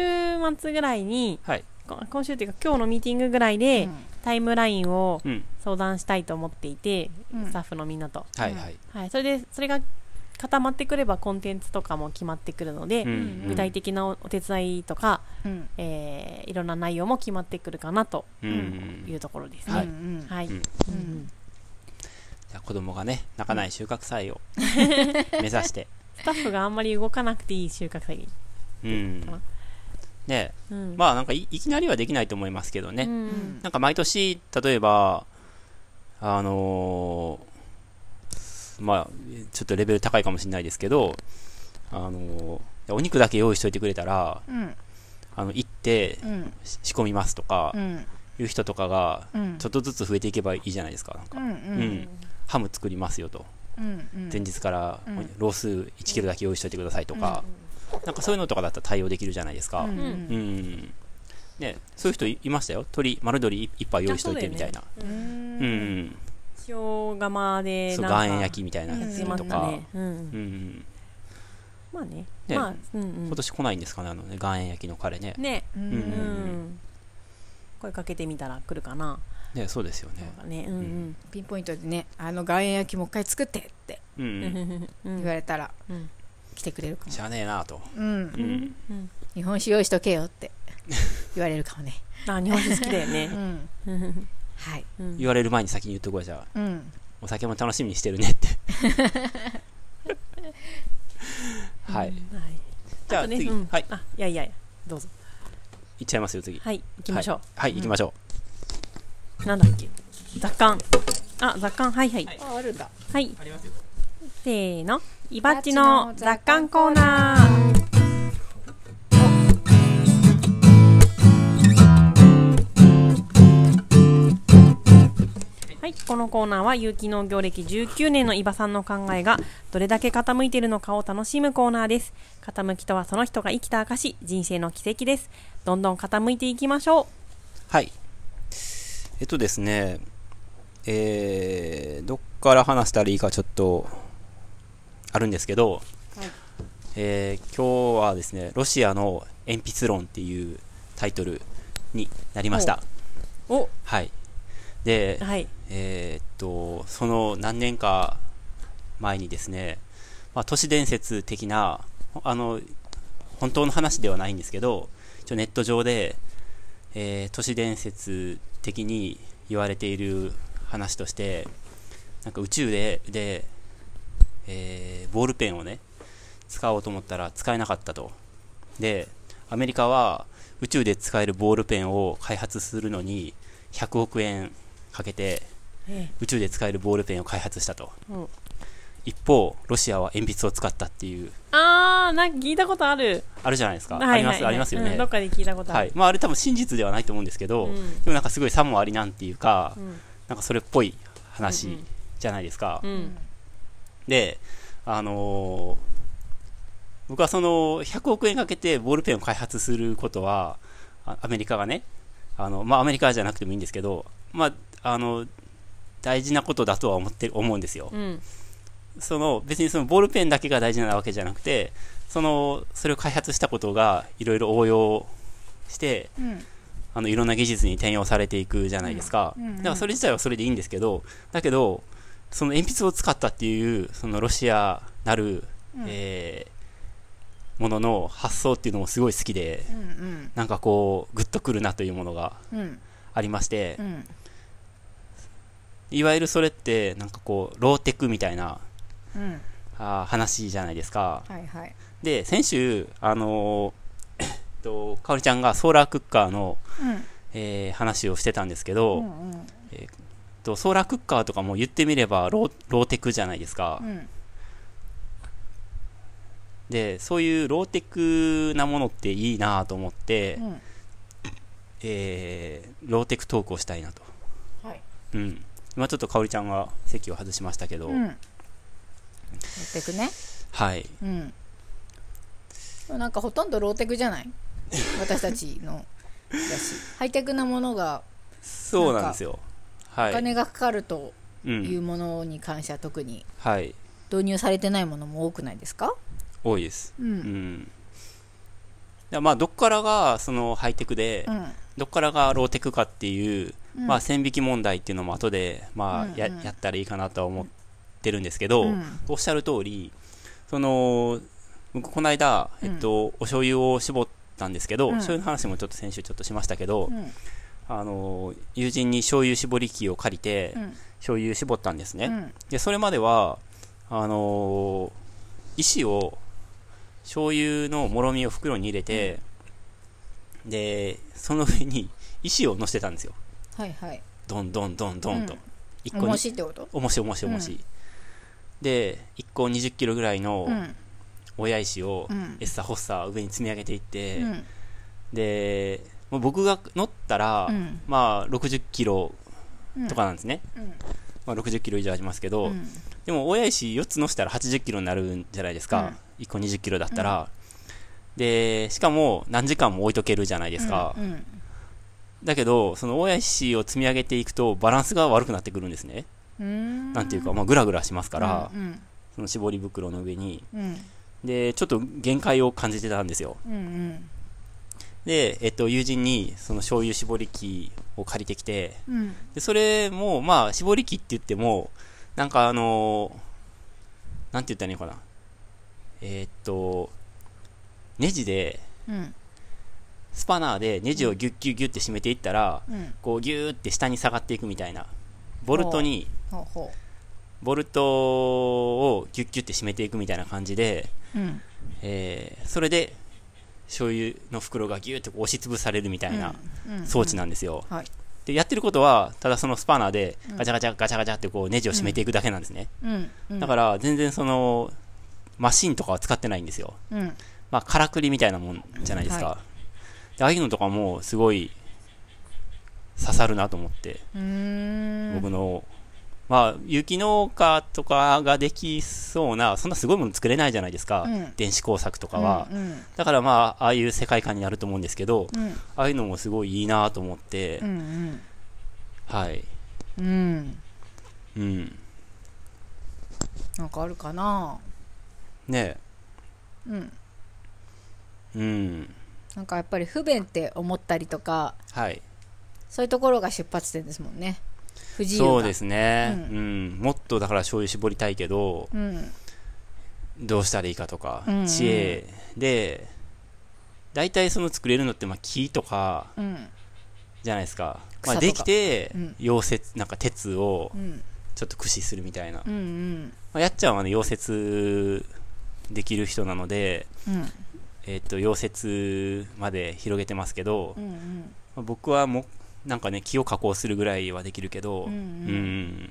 末ぐらいにはい、こ今週っていうか今日のミーティングぐらいで、うんタイムラインをうん、相談したいと思っていて、うんスタッフのみんなと、はいはい、はい、それでそれが固まってくればコンテンツとかも決まってくるので、うんうん具体的なおお手伝いとか、うんえーいろんな内容も決まってくるかなとうんうんいうところですうんうね。んはい、うんうんじゃあ子供がね泣かない収穫 祭を目指して、スタッフがあんまり動かなくていい収穫祭、 うん、ねうんまあなんかいいきなりはできないと思いますけどね、うんなんか毎年例えばあのーまあちょっとレベル高いかもしれないですけどあのーお肉だけ用意しといてくれたらうんあの行ってうんし仕込みますとかうんいう人とかがうんちょっとずつ増えていけばいいじゃないですかなんうか、んううんん、ハム作りますよとうんうん前日からうんロース1キロだけ用意しといてくださいとか、なんかそういうのとかだったら対応できるじゃないですか。ううんん。ううんんね、そういう人いいましたよ。鳥、丸鶏一杯用意しといてみたいな。ううんうんん。塩釜でそう、なん岩塩か焼きみたいなややっつてまとしたか。ね。うんう、ん。まあね、ねまあ、うんうん今、年来ないんですかね、あのね、岩塩焼きの彼ね。ね、ううんん、声かけてみたら来るかな。ね、そうですよそうね。だね、うんピンポイントでねあの岩塩焼きもう一回作ってってう。うんん、 うん言われたらうん来てくれるかもしゃあねえなと。うんうん。うん、日本酒用意しとけよって言われるかもねあ、日本酒好きだようね。んうんはいうん言われる前に先に言っとこうじゃうあ、んお酒も楽しみにしてるね って。ははい。いじゃあとね次うんはいあ、いやいやいや、どうぞ。いっちゃいますよ、次。はい、行きましょはい、はい行きましょう。なんだっけ。雑感。あ、雑感、はいはい。ああるんだはい。う。ありますよ。せーの。イバッチの雑感コーナー。はい、このコーナーは有機農業歴19年の伊庭さんの考えがどれだけ傾いているのかを楽しむコーナーです。傾きとはその人が生きた証、人生の奇跡です。どんどん傾いていきましょはい。えっとですね、えー、どっから話したらいいかちょっと、あるんですけど、えー今日はですね、ロシアの鉛筆論っていうタイトルになりました。う。お、はい。で、はい。えーっと、その何年か前にですね、まあ、都市伝説的な、あの、本当の話ではないんですけど、一応ネット上で、えー都市伝説的に言われている話として、なんか宇宙で、で、えーボールペンをね、使おうと思ったら使えなかったと。で、アメリカは宇宙で使えるボールペンを開発するのに100億円かけてえ宇宙で使えるボールペンを開発したと。うん一方、ロシアは鉛筆を使ったっていう、あー、なんか聞いたことある。あるじゃないですか。はいあはりいまはいす、ありますようねんど。っかで聞いたことあはる。い。まあ、あれ多分真実ではないと思うんですけど、うんでもなんかすごいさもありなんていうか、うんなんかそれっぽい話じゃないですか。うん。で、あのー僕はその100億円かけてボールペンを開発することは、あアメリカがね、あのまあ、アメリカじゃなくてもいいんですけど、まあ、あの大事なことだとは思ってる思うんですよ。うん。その別にそのボールペンだけが大事なわけじゃなくて、そのそれを開発したことがいろいろ応用して、うん。あのいろんな技術に転用されていくじゃないですか、うんうんうんだからそれ自体はそれでいいんですけどだけどその鉛筆を使ったっていうそのロシアなる、うんえーものの発想っていうのもすごい好きでうん。なんかこうグッとくるなというものがうん。ありましてうん。いわゆるそれってなんかこうローテクみたいなうん。あー話じゃないですかはいはい。で先週あのーえっとかおりちゃんがソーラークッカーの、うん。えー話をしてたんですけど、ん。うん。とソーラークッカーとかも言ってみればローローテクじゃないですか、うん。でそういうローテクなものっていいなと思って、うんえーローテクトークをしたいなと、はいうん、今ちょっと香織ちゃんが席を外しましたけど、うん。やってくねはいうん。なんかほとんどローテクじゃない私たちのだしハイテクなものがそうなんですよはおい、金がかかるとういうんものに関しては特にはい、導入されてないものも多くないですか多いですううんんだからまあどっからがそのハイテクで、うんどっからがローテクかっていう、うんまあ、線引き問題っていうのも後で、まあやうんうんやったらいいかなとは思ってるんですけど、うんおっしゃる通りその僕この間、えっとお醤油を絞ったんですけど、うん醤油の話もちょっと先週ちょっとしましたけど、うんあの友人に醤油絞り器を借りて、うん醤油絞ったんですね、うん。でそれまではあの石を醤油のもろみを袋に入れて、でその上に 石を乗せてたんですよはいはいどんどんどんどんと、うん一個に面白いってこと重し重し重し、で1個2 0キロぐらいのうん。親石をうんエッサホッサ上に積み上げていって、うん。でもう僕が乗ったら、うんまあ6 0キロうんとかなんですね、うんまあ、6 0キロ以上ありますけうど、んでも親石4つ乗せたら8 0キロになるんじゃないですか、1個2 0キロだったら、でしかも何時間も置いとけるじゃないですか、うんうんだけどその親石を積み上げていくとバランスが悪くなってくるんですね、うーんなんていうか、まあ、グラグラしますから、うんその絞り袋の上にうんでちょっと限界を感じてたんですようんうんで、えっと、友人にその醤油絞り器を借りてきてうんでそれもまあ絞り器って言ってもなんかあのーなんて言ったらいいのかなえーっとネジでうんスパナーでネジをギュッギュッギュッって締めていったらうんこうギューって下に下がっていくみたいなボルトにほうほボルトをギュッギュッって締めていくみたいな感じでうんえーそれで醤油の袋がギューッとこう押しつぶされるみたいなうん装置なんですよ、はいでやってることはただそのスパナーでガチャガチャガチャガチャってこうネジを締めていくだけなんですね、うんうんだから全然そのマシンとかは使ってないんですようんまあからくりみたいなもんじゃないですか、はでああいうのとかもすごい刺さるなと思って、うーん僕のまあ雪農家とかができそうなそんなすごいもの作れないじゃないですか、うん電子工作とかは、うんだからまあ、ああいう世界観になると思うんですけど、うんああいうのもすごいいいなと思って、うんはい。ううんうん。なんかあるかなねうんえ。うん。なんかやっぱり不便って思ったりとかはい。そういうところが出発点ですもんね不自由がそうですね、う。うんもっとだから醤油絞りたいけど、うんどうしたらいいかとか、うんうん知恵で、大体その作れるのって、まあ、木とかうんじゃないですか。草とまあ、かできてうん、溶接、なんか鉄をうんちょっと駆使するみたいな。うんうんまあ、やっちゃんはね、溶接できる人なので、うんえっと溶接まで広げてますけど、うんうんまあ僕はもうなんかね木を加工するぐらいはできるけど、うんうんうん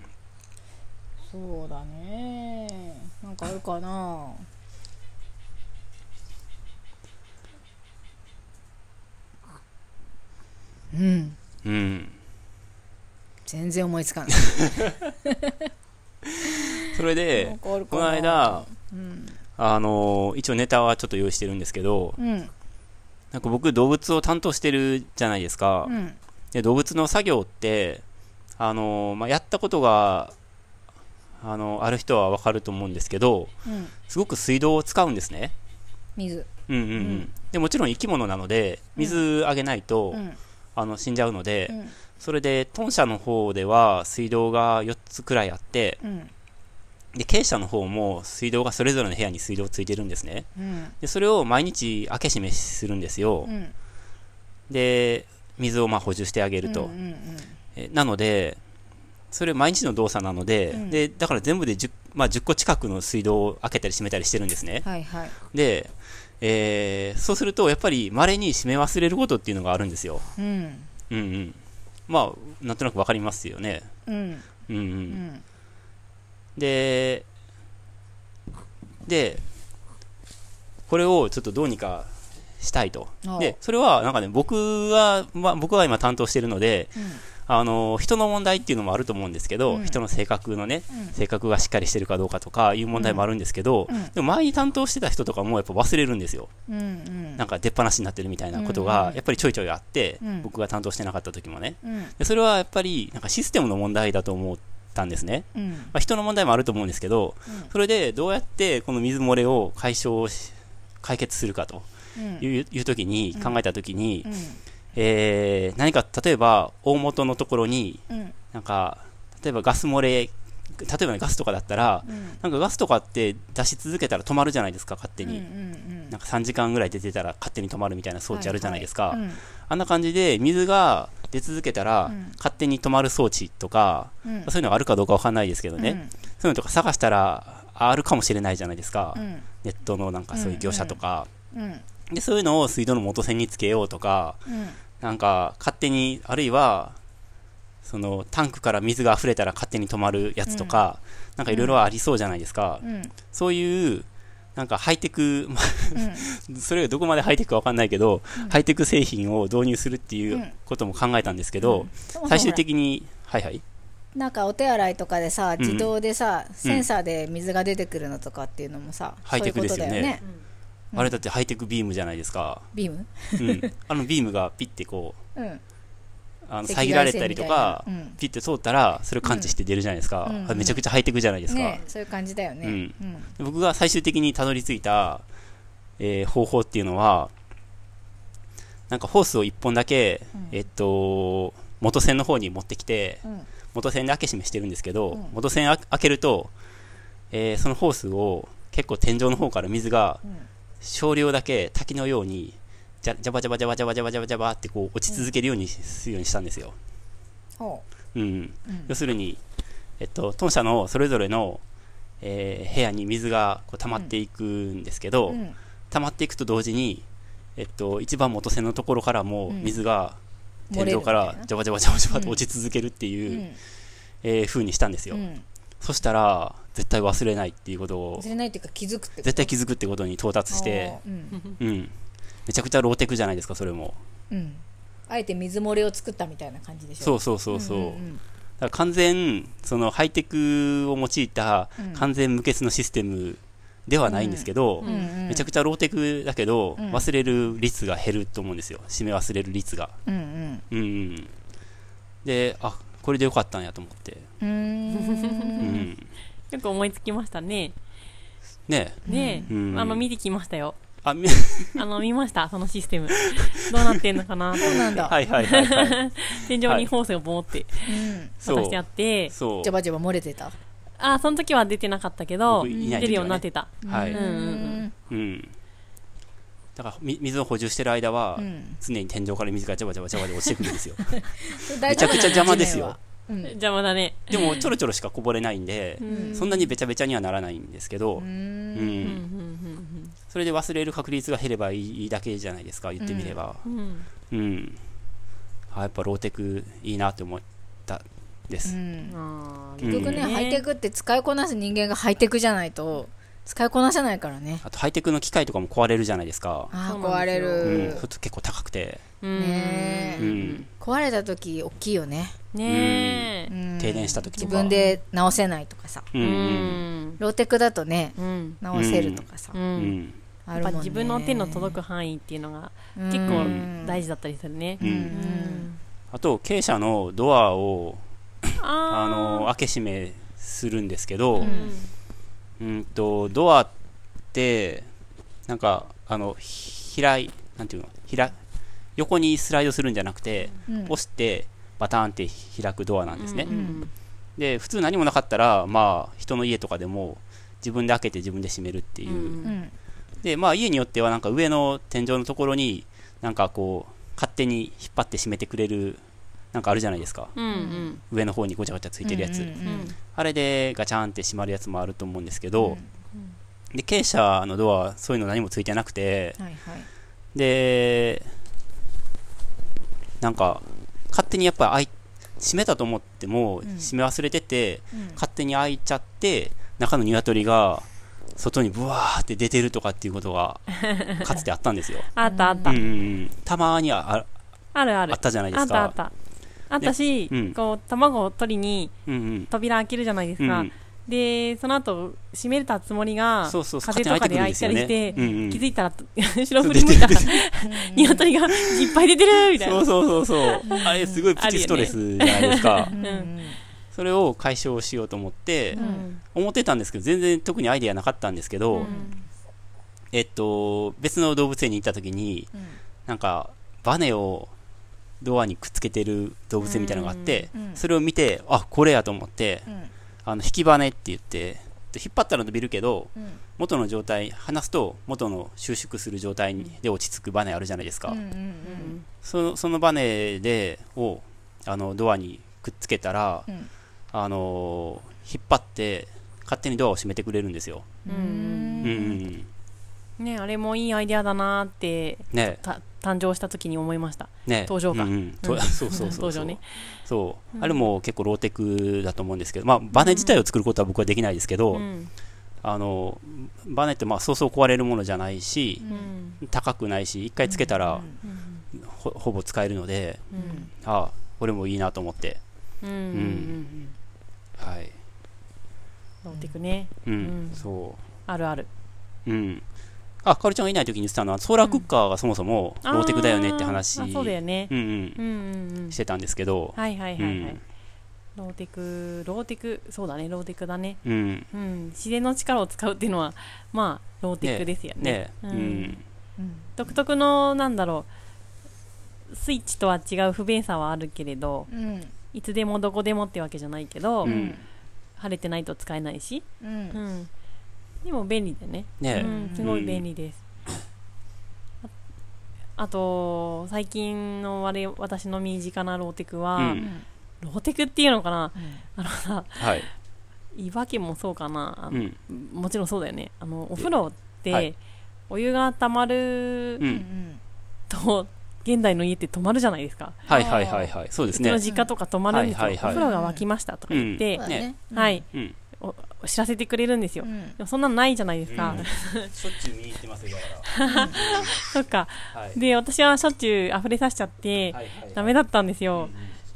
そうだねなんかあるかなうんうん全然思いつかないそなれんでかあるかこなの間うんあの一応ネタはちょっと用意してるんですけどうんなんか僕動物を担当してるじゃないですか、うんで動物の作業ってあの、まあ、やったことがあのある人はわかると思うんですけどうんすごく水道を使うんですね水うんうんうん、うんでもちろん生き物なので水あげないと、うんあの死んじゃうので、うんそれで豚舎の方では水道が4つくらいあってうんで鶏舎の方も水道がそれぞれの部屋に水道ついてるんですねうんでそれを毎日開け閉めするんですよ、うんで水をまあ補充してあげると、うんうんうんえなのでそれ毎日の動作なので,、うんでだから全部で 10,、まあ、10個近くの水道を開けたり閉めたりしてるんですねはいはいで、えーそうするとやっぱりまれに閉め忘れることっていうのがあるんですようんうんうんまあなんとなくわかりますよねうんうんうん、うんででこれをちょっとどうにかしたいとおうでそれはなんかね僕は、まあ、僕は今担当してるのであの人の問題っていうのもあると思うんですけど、うん人の性格のねうん性格がしっかりしてるかどうかとかいう問題もあるんですけど、うんでも前に担当してた人とかもやっぱ忘れるんですよ、うんうんなんか出っ放しになってるみたいなことうんうがんやっぱりちょいちょいあって、うん僕が担当してなかった時もねうんでそれはやっぱりなんかシステムの問題だと思ったんですね、うんまあ、人の問題もあると思うんですけど、うんそれでどうやってこの水漏れを解消し解決するかとうんいう,、いう時に考えた時に、うんえー何か例えば大元のところにうんなんか例えばガス漏れ例えばねガスとかだったらうんなんかガスとかって出し続けたら止まるじゃないですか勝手に、うんうんなんか3時間ぐらい出てたら勝手に止まるみたいな装置あるじゃないですか、うんあんな感じで水が出続けたらうん勝手に止まる装置とか、うんそういうのがあるかどうかわかんないですけどね、うんそういうのとか探したらあるかもしれないじゃないですか、うんネットのなんかそういう業者とか、うんでそういうのを水道の元栓につけようとかうんなんか勝手にあるいはそのタンクから水が溢れたら勝手に止まるやつとか、なんかいろいろありそうじゃないですか、うんそういうなんかハイテク、まうんあそれがどこまでハイテクかわかんないけど、ハイテク製品を導入するっていううんことも考えたんですけど、そもそもほら 最終的にはいはいなんかお手洗いとかでさん自動でさ、センサーで水が出てくるのとかっていうのもさ、ハイテクそういうことだですよねあれだってハイテクビームじゃないです か、ビームうん、あのビームがピッてこううんあの遮られたりとか赤、外線みたいなうんピッて通ったらそれを感知して出るじゃないですか、うんうんあめちゃくちゃハイテクじゃないですか、ねそういう感じだよねうんうんで僕が最終的にたどり着いた、えー方法っていうのはなんかホースを1本だけ、うんえっと元栓の方に持ってきてうん元栓で開け閉めしてるんですけど、うん元栓あ開けると、えーそのホースを結構天井の方から水がうん少量だけ滝のようにジャジャバジャバジャバジャバジャバジャバジャバってこう落ち続けるようにするようにしたんですよ、ほうん、ううん要するに、えっと、豚舎のそれぞれの、えー部屋に水がこう溜まっていくんですけど、うん溜まっていくと同時に、えっと、一番元栓のところからもうん水が漏天れる井みたかいらなジャバジャバジャバジャバと落ち続けるっていうう、んえー風にしたんですよ、うんそしたら絶対忘れないっていうことを忘れないっていうか気づくってこと絶対気づくってことに到達して、うんうん、めちゃくちゃローテクじゃないですかそれもうんあえて水漏れを作ったみたいな感じでしょそうそうそうそう,、んんんだから完全そのハイテクを用いたうん完全無欠のシステムではないんですけうど、んうんうんめちゃくちゃローテクだけど、うん忘れる率が減ると思うんですよ締め忘れる率がうんうんうんであこれでよかったんやと思って、うんうーんうんよく思いつきましたね。ねえねえ、うんあの、見てきましたよ。あみ あの、見ました、そのシステム。 どうなってんのかなとそうなんだはいはいは い、はい、天井にホースをボーってうんそう渡してあって、そうジャバジャバ漏れてたあ、その時は出てなかったけど、僕いない時はね出るようになってた。はういん、うんうん、だからみ水を補充してる間は、うん常に天井から水がジャバジャバジャバで落ちてくるんですよめめちゃくちゃ邪魔ですようん邪魔だね。でもちょろちょろしかこぼれないんで、うんそんなにべちゃべちゃにはならないんですけど、ううんんうんうんそれで忘れる確率が減ればいいだけじゃないですか言ってみれば、うんうんうんあやっぱローテクいいなって思ったでうす、んあーうん結局ねハイテクって使いこなす人間がハイテクじゃないと使いこなせないからねあとハイテクの機械とかも壊れるじゃないですか、あそあうな壊んでれすようん、るふと結構高くて、うんねえうん壊れた時大きいよねねえうん停電した時とか自分で直せないとかさうんうんローテクだとねうん直せるとかさううんんあやるっもぱんね自分の手の届く範囲っていうのが結構大事だったりするねうんうんあと経営者のドアをあのあ開け閉めするんですけーど、うんうんとドアってなんかあのひ開いなんていうの開横にスライドするんじゃなくて、うん押してバターンって開くドアなんですね、うんうんで普通何もなかったらまあ人の家とかでも自分で開けて自分で閉めるっていう、うんうんでまあ家によってはなんか上の天井のところになんかこう勝手に引っ張って閉めてくれるなんかあるじゃないですかうんうん上の方にごちゃごちゃついてるやつ、うんうんうんあれでガチャンって閉まるやつもあると思うんですけど、うんで経営者のドアそういうの何もついてなくてはいはいでなんか勝手にやっぱ開い閉めたと思ってもん閉め忘れてて、うん勝手に開いちゃって中の鶏が外にブワーって出てるとかっていうこ とがかつてあったんですよ、あったあっうたんうんうん、たまにはああるああるったじゃないであすったかあったあったしうんこう卵を取りにうんうん扉開けるじゃないですうんうかんでその後閉めたつもりがそうそう風とかで開いたりして勝手に開いてくるんですよねうんうん気づいたら後ろ振り向いたら 鶏がいっぱい出てるみたいそなうそうそうそうあれすごいプチストレスじゃないですか、うんそれを解消しようと思って、うん思ってたんですけど全然特にアイデアなかったんですけど、えっと別の動物園に行った時になんかバネをドアにくっつけてる動物園みたいなのがあって、うんうんそれを見てあこれやと思ってうんあの引きバネって言ってで引っ張ったら伸びるけどうん元の状態離すと元の収縮する状態にで落ち着くバネあるじゃないですか、うんうんそのそのバネでをあのドアにくっつけたら、うんあの引っ張って勝手にドアを閉めてくれるんですよ、ううんうんうんんうん、ねあれもいいアイデアだなーってねた誕生した時に思いましたね登場かうんうんとう んそうそうそ登うそ場う、ねそうあれも結構ローテクだと思うんですけど、まあ、バネ自体を作ることは僕はできないですけど、うんあのバネってまあそうそう壊れるものじゃないしう、うん高くないし一回つけたらうんほ,、ほぼ使えるのでうんああこれもいいなと思ってうんうんはい、ローテクねうんうんそあるあるううんあかおりちゃんがいない時に言ってたのはソーラークッカーがそもそもローテクだよねって話、あーあそうだよねうんうんうんうんうんしてたんですけど、はいはいはいはういんローテクローテクそうだねローテクだねうん、うん自然の力を使うっていうのはまあローテクですよねねううんん、独特のなんだろうスイッチとは違う不便さはあるけれどうんいつでもどこでもってわけじゃないけど、うん晴れてないと使えないし、うんうん、でも便利だよね、ね、うん、すごい便利です、ああと最近の我々私の身近なローテクは、うんローテクっていうのかなうあのさはい、いわけもそうかなあうの、んもちろんそうだよねあのお風呂って、はいお湯が溜まるうん、んと、現代の家って止まるじゃないですかはいはいはいはいそうですうちのね実家とか泊まるんですよ、はいはいはいお風呂が沸きましたとか言って、そうだはい、うんおお知らせてくれるんですよ、うんでもそんなのないじゃないですか、うんしょっちゅう見に行ってますよ そっかだからはいで私はしょっちゅう溢れさせちゃって、はいはいダメだったんですよ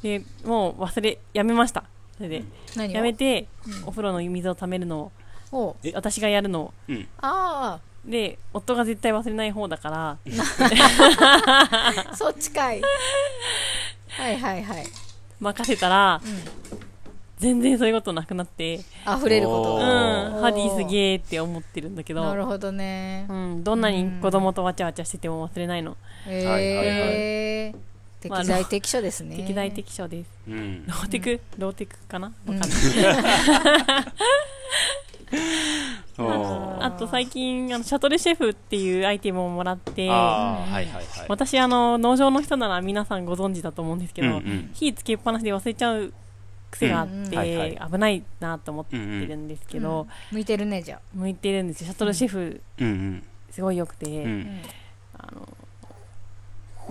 う、んでもう忘れやめましたそれで、何やめて、お風呂の水をためるのをおえ私がやるのをあで夫が絶対忘れない方だからあそっちかいはいはいはい任せたら、全然そういうことなくなって、溢れるこうん、とおーハディすげーって思ってるんだけどなるほどねうん、どんなに子供とわちゃわちゃしてても忘れないの、へえ適材適所ですね適材適所ですうんローテク、ローテクかなわかんない、おー あと最近あのシャトルシェフっていうアイテムをもらってあーはいはいはい私あの農場の人なら皆さんご存知だと思うんですけど、うんうん火つけっぱなしで忘れちゃう癖があって、うんはいはい危ないなと思ってるんですけど、向いてるねじゃ向いてるんですよシャトルシェフうんすごい良くて、うん。うあ、ん。あの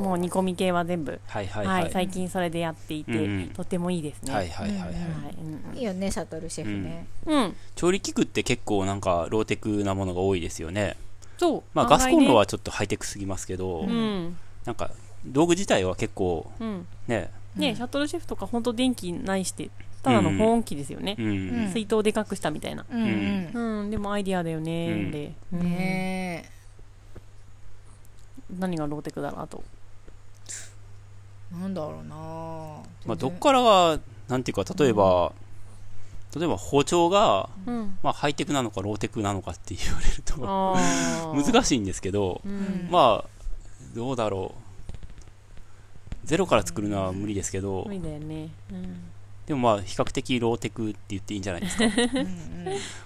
もう煮込み系は全部、はいははいいはい。はい最近それでやっていて、うんうんとってもいいですね。はいはいはい。はいうんいいよねシャトルシェフね、うんうん調理器具って結構なんかローテクなものが多いですよね。そうまあ案ガ外スねコンロはちょっとハイテクすぎますけど、うんなんか道具自体は結構うんね、ね、シャトルシェフとか本当電気ないしてただの保温器ですよねう、ん。うん水筒でかくしたみたいなうんうんう、んでもアイディアだよねうんで、うんねえ何がローテクだなとなんだろうなまあどっからが、なんていうか、例えば、例えば包丁が、うんまあハイテクなのかローテクなのかって言われるとあ 難しいんですけど、い、ううんんまあ、どうだろう。ゼロから作るのは無理ですけど無、理だよね、うん、でもまあ、比較的ローテクって言っていいんじゃないですか。うんうん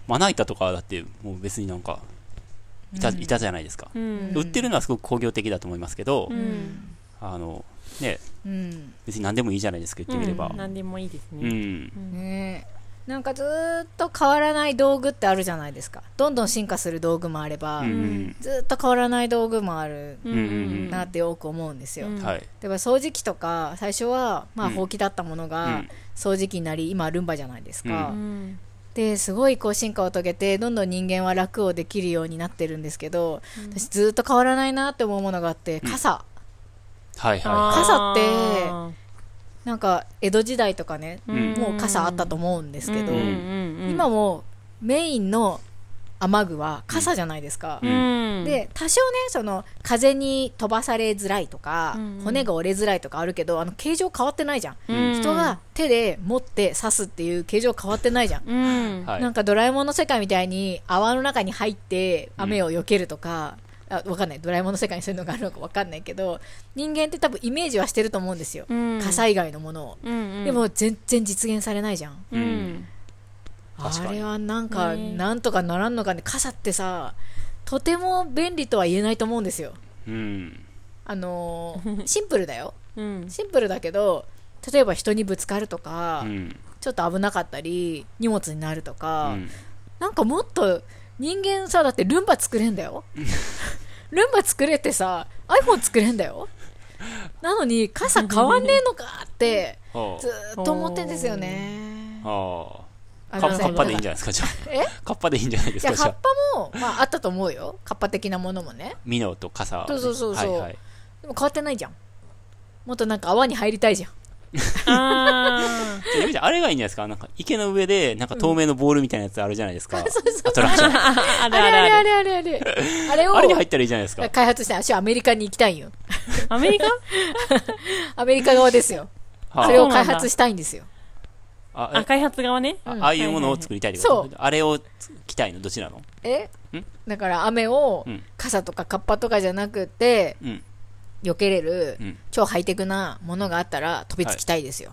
まな板とかだって、もう別になんか、いた、いたじゃないですか。うん売ってるのはすごく工業的だと思いますけどう、んあの、ね、うん別に何でもいいじゃないですか、言ってみればうん、。何でもいいですうね、ん。うんねえなんかずーっと変わらない道具ってあるじゃないですかどんどん進化する道具もあれば、うん。ずーっと変わらない道具もあるうんうんなってよく思うんですよ、うんはい。例えば掃除機とか最初はまあうんほうきだったものうがん掃除機になり今ルンバじゃないですか、うんですごいこう進化を遂げてどんどん人間は楽をできるようになってるんですけど、私ずーっと変わらないなって思うものがあって傘、はいあーは傘なんか江戸時代とかね、うんもう傘あったと思うんですけど、うんうんうん今もメインの雨具は傘じゃないですか、うんで多少ねその風に飛ばされづらいとか、うんうん骨が折れづらいとかあるけどあの形状変わってないじゃん、うん人が手で持って刺すっていう形状変わってないじゃん、うんい。はい。なんかドラえもんの世界みたいに泡の中に入ってうん雨を避けるとか、あわかんないドラえもんの世界にそういうのがあるのかわかんないけど人間って多分イメージはしてると思うんですよ、うん傘以外のものを、うんうんでも全然実現されないじゃん、うん確かにあれはなんか、ねなんとかならんのかね、傘ってさ、とても便利とは言えないと思うんですよ。うん。あの ーシンプルだよ。うんシンプルだけど、例えば人にぶつかるとか、うん。ちょっと危なかったり、荷物になるとか、うんなんかもっと人間さ、だってルンバ作れんだ よ。ルンバ作れてさ、iPhone 作れんだよ。なのに、傘変わんねえのかって、あずーっと思ってんですよね。あああ。のカッカッパでいいんじゃゃないですか、じゃないえあ。カッパでいいんじゃないでいすやか、じカゃッあパ。も、まあ、あったと思うよカッパ的なものもねミノと傘。そうそうそうそうはいはいでも変わってないじゃんもっとなんか泡に入りたいじゃん あじゃあゆみちゃんあれがいいんじゃないですかなんか池の上で、なんか透明のボールみたいなやつあるじゃないで すか。アトラクション。ーああるれああれるああるれあれあれあれをあれに入ったらいいじゃないですか。開発した私はアメリカに行きたいんよアメリカアメリカ側ですよはあそれを開発したいんですよああえ開発側ねあうんああいうものを作りたいってことはいはいあれを着たいのどっちなのえんだから雨をうん傘とかカッパとかじゃなくてうん。避けれるうん超ハイテクなものがあったら飛びつきたいですよ、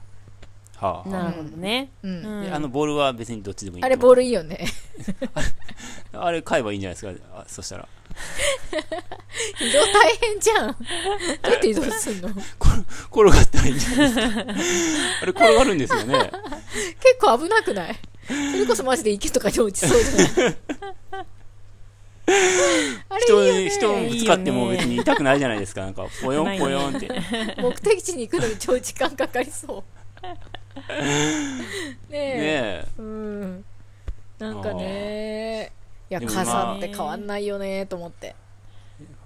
はあはなるほどねううんあ。でんあのボールは別にどっちでもいい。あれボールいいよね あれ買えばいいんじゃないですかあそしたら。移動大変じゃんどうやって移動すんの転がったらいいんじゃないですか。 あれ転がるんですよね。結構危なくないそれこそマジで池とかに落ちそうじゃない あ人れいいよに、ね人をぶつかっても別に痛くないじゃないですか。なんか、ぽよんぽよんって。目的地に行くのに長時間かかりそう ねえねえ。うんなんかねいやでも今傘って変わんないよねと思って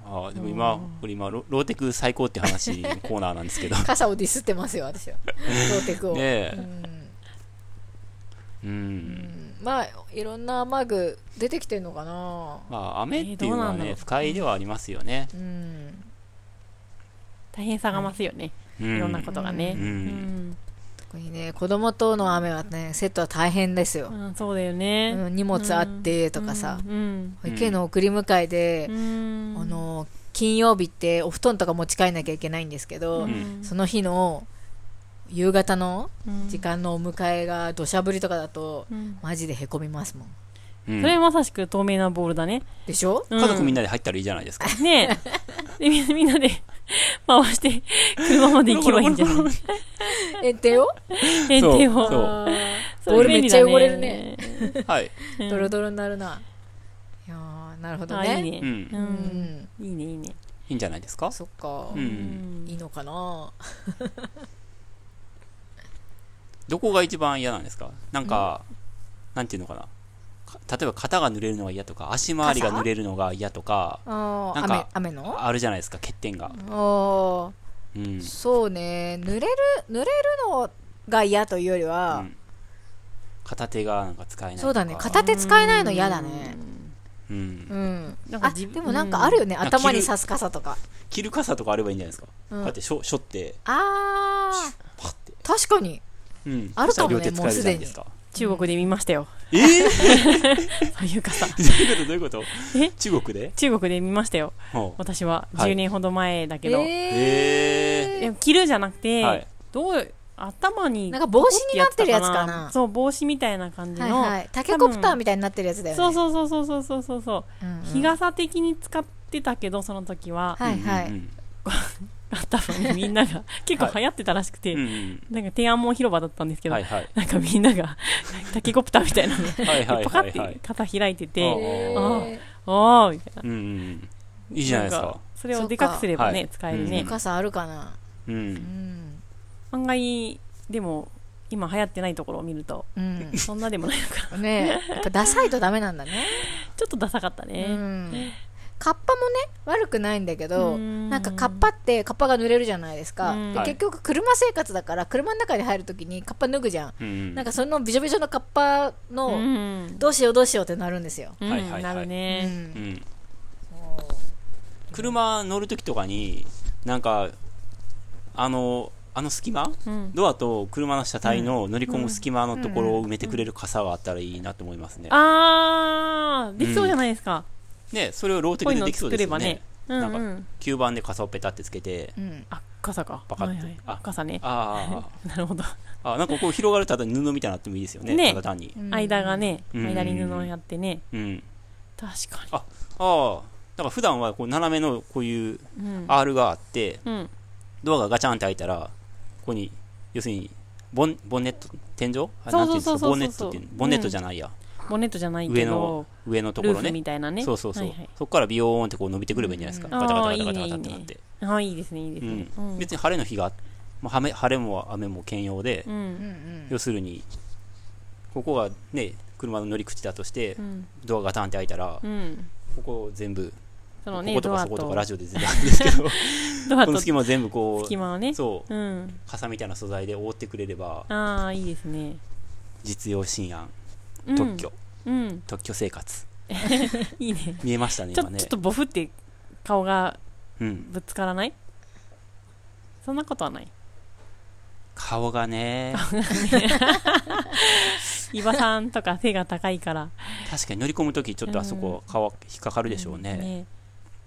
ああでも今、これ今ロ、ローテク最高って話のコーナーなんです けど。ね傘をディスってますよ私 はローテクを、うえ。んう。うんんまあいろんな雨具出てきてんのかなまあ、雨っていうのはえーどうなんだろね、う不快ではありますよね。うん大変さが増すよねう。いろんなんことがねうん特にね子供との雨はねセットは大変ですよう、んうんそうだよねうん、荷物あってとかさ、うん保育園の送り迎えでう、んあの金曜日ってお布団とか持ち帰んなきゃいけないんですけど、うんその日の夕方のうん時間のお迎えが土砂降りとかだと、うんマジでへこみますもんうんそれまさしく透明なボールだねでしょ家家族みんなで入ったらいいじゃないですか。ねえでみみんなで 回して、車まで行けばいいんじゃないえってよ炎天そうを。あーそれボールめっちゃ便利だ汚れるね。はい。うんドロドロになるないやーなるほどあ、いいねね。う。うん。うんんいいね、いいね。いいんじゃないですかそっかううんいいのかなどこが一番嫌なんですかなんか、なんていうのかな。か例えば肩が濡れるのが嫌とか、足回りが傘濡れるのが嫌とか、あーなんか雨雨のあるじゃないですか、欠点が。あうんー。そうね濡れる濡れるのが嫌というよりうはん片手がなんか使えないとか。そうだね片手使えないの嫌だねううん。んなんかあ自で分もなんかあるよねん頭に刺す傘とか着る傘とかあればいいんじゃないですか。うんこうやってしょ、しょって、あーパッて。確かにうん。あるかもねそしたら両手使えるじゃないですか。中国で見ましたよ。えー そういう傘。どういうことどういう ことえ中国で中国で見ましたよ。ほう私は。はい10年ほど前だけど。えーでも着るじゃなくて、はいどう、頭に。なんか帽子になってるやつかなそう、帽子みたいな感じはいの。はいタケコプターみたいになってるやつだよねそうそうそうそうそうそうそうそう。うんうん日傘的に使ってたけど、その時は。はいはいうんうん多分みんな が、結構流行ってたらしくて。うんうんなんか天安門広場だったんですけど、はい はいなんかみんながタケコプターみたいなのではいはいパカはっいはいて。肩開いてて、あおーあーみたいな。うんうんうん。いいじゃないですんか。それをでかくすればそねっ、か使えるはねいお。母さんあるかなう。うんん案外、でも、今流行ってないところを見ると、うんそんなでもないのか。ねえやっぱダサいとダメなんだねちょっとダサかったうね。んカッパもね悪くないんだけうどんなんかカッパってカッパが濡れるじゃないですかうんではい結局車生活だから車の中に入るときにカッパ脱ぐじゃんうん。なんかそのびしょびしょのカッパうのん。どうしようどうしようってなるんですようはいはいはいんなるうね。うんん。そう車乗るときとかに、なんか、あの、あの隙間うんドアと車の車体の乗り込む隙間のところを埋めてくれる傘があったらいいなと思いますね。あー、できそうじゃないですか。ね、それをローテこうクいうのでできそう作ですれよばねね。。うなんんかうん。吸盤で傘をペタってつけて、うんあ、傘か。パカッはいてはいあ傘ね。あなるほど。あ、あなんかこう広がるただ布みたいになってもいいですよね。ねただ単に。うん間がね、うん間に布をやってね。うん。確かに。あああ、だから普段はこう斜めのこういううん。 R があって、うん。ドアがガチャンって開いたら、ここに、要するに、ボン、ボンネット、天井あそなうんていそうんうそうですか、そうボンネットっていうの、ボンネットじゃないや。ボンネットじゃないけ上のど、、上のとこルろーフね。みたいなね。そうそうそう。はいはいそこからビヨーンってこう伸びてくればいいんじゃないですか。うんガタガタガタあガータいいねガタってなって。ああ、いいですね、いいですね。う。うんん。別に晴れの日が、まあ晴れ晴れも雨も兼用でう、うんん。うん要するに、ここがね、車の乗り口だとしてう、ん。ドアがガタンって開いたらう、ん。ここ全部、そこのね、ことドかアそと、ことかドラアジオで全然ある んですけど、ことの隙間全部こ隙間をねう、。そうう、ん。傘みたいな素材で覆ってくれれば、ああ、いいですね。実用新案、うん特許、。うん。特許生活。いいね。見えましたね、ちょ今ちょねっ。とボフって顔がうん。ぶつからないそんなことはない。顔 がね、伊庭さんとか背が高い から。確かに乗り込むとき、ちょっとあそこ、顔引っかかるでしょうね。ね。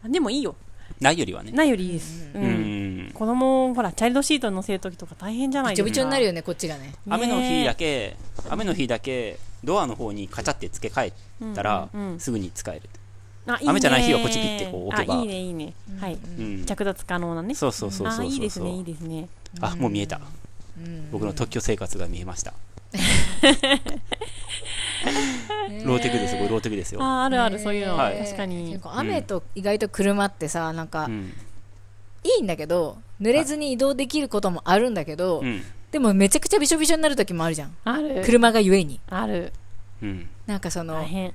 あでもいいよ。ないよりはね。ないよりいいです。ううんん。子供をほら、チャイルドシートに乗せるときとか大変じゃないびですか。ちょびちょになるよねこっちがね雨の日だけけ、雨の日だけ、ドアの方にカチャって付け替えたら、すぐに使える。雨じゃない日はこっちピッてこう置けばあ、いいね、いいね。はい。うん。着脱可能なね。そうそうそうあそあ、ういいそうですそ。ね、いいうですね。あ、もう見えた。うん僕の特許生活が見えました。ねローテクですよ、これローテクですよ。ああ、あるある、そういうの。はい確かに結。構雨と意外と車ってさなんかうん。いいんだけど濡れずに移動できることもあるんだけど、うん。でもめちゃくちゃびしょびしょになる時もあるじゃんある。車がゆえにある。うん。なんかそ大の変。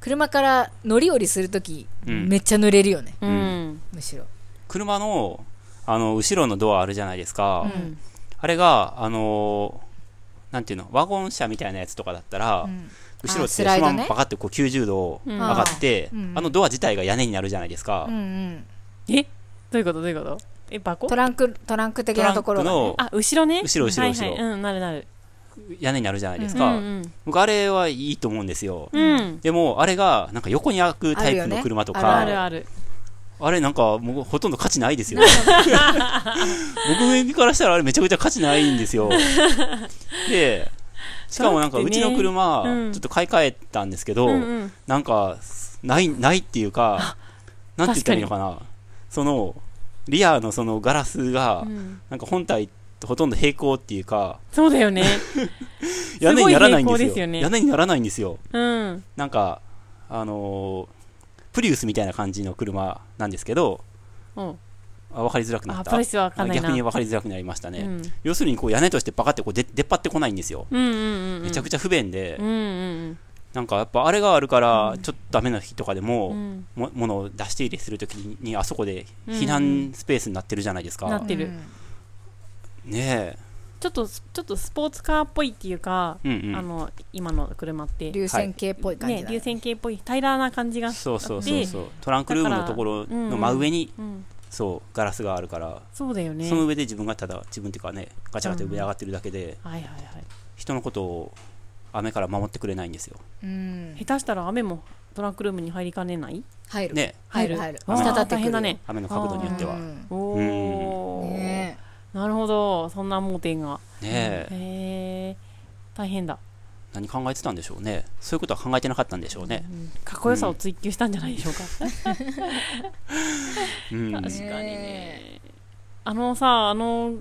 車から乗り降りする時、うんめっちゃ濡れるよねうんん。むしろ車の、あの、後ろのドアあるじゃないですか。うんあれが、あのーなんていうの、ワゴン車みたいなやつとかだったら、うん後ろってあスそラのイドねままパカってこう90度うん上がって、あーうんあのドア自体が屋根になるじゃないですか。うんうんえどういうことどういうことえ、箱トランクトランク的トラなンとクころが、ねのあ、後ろね。後ろ後ろ後ろはいはい。うん、なるなる。屋根になるじゃないですうか。ん僕あれはいいと思うんですよ。うん。うん。でも、あれが、なんか横に開くタイプの車とあるよねか、あるある。あれなんかもうほとんど価値な いですよ。僕の指からしたらあれめちゃくちゃ価値ないんですよ。で、しかもなんかだっうてちねの車、うんちょっと買い替えたんですけど、うんうん。 なんか、ない、ないっていうか、なんて言ったらいいのかな。その、リアのそのガラスが、うんなんか本体とほとんど平行っていうか、そうだよ ね。屋根にならないんですすごい平行よ。ですよね屋根にならないんですよ。うん。なんか、あのープリウスみたいな感じの車なんですけど、うん。あ分かりづらくなあ、っプたレ。スは分かんないな。逆に分かりづらくなりましたね。うん。要するにこう屋根としてバカってこう出出っ張ってこないんですよ。うんうんうん。めちゃくちちゃ不便で、うんうんなんかやっぱあれがあるから、ちょっとダメな日とかでうん。うも、ん。もものを出して入れするときに、あそこでうん避難スペースになってるじゃないですか。なってるねちょっと、ちょっとスポーツカーっぽいっていうか、え。うんあうん。の、今の車って。流線形っぽい感じだね、ね流線形っぽい平らな感じがそうそうそうそう。トランクルームのところの真上に、うんそう、ガラスがあるから、そうだよねその上で自分がただ、自分っていうかね、ガチャガチャ上に上がってるだけで、はいはいはい人のことを雨から守ってくれないんですよ。うん下手したら雨もトランクルームに入りかねない入るね入る入るあー滴っくるて大変だね雨の角度によっては。うねんおおー、ねなるほどそんな盲点がえ。へえ大変だ何考えてたんでしょうね。そういうことは考えてなかったんでしょうね。うんかっこよさを追求したんじゃないでしょうか、うん。確かにねねあのさあの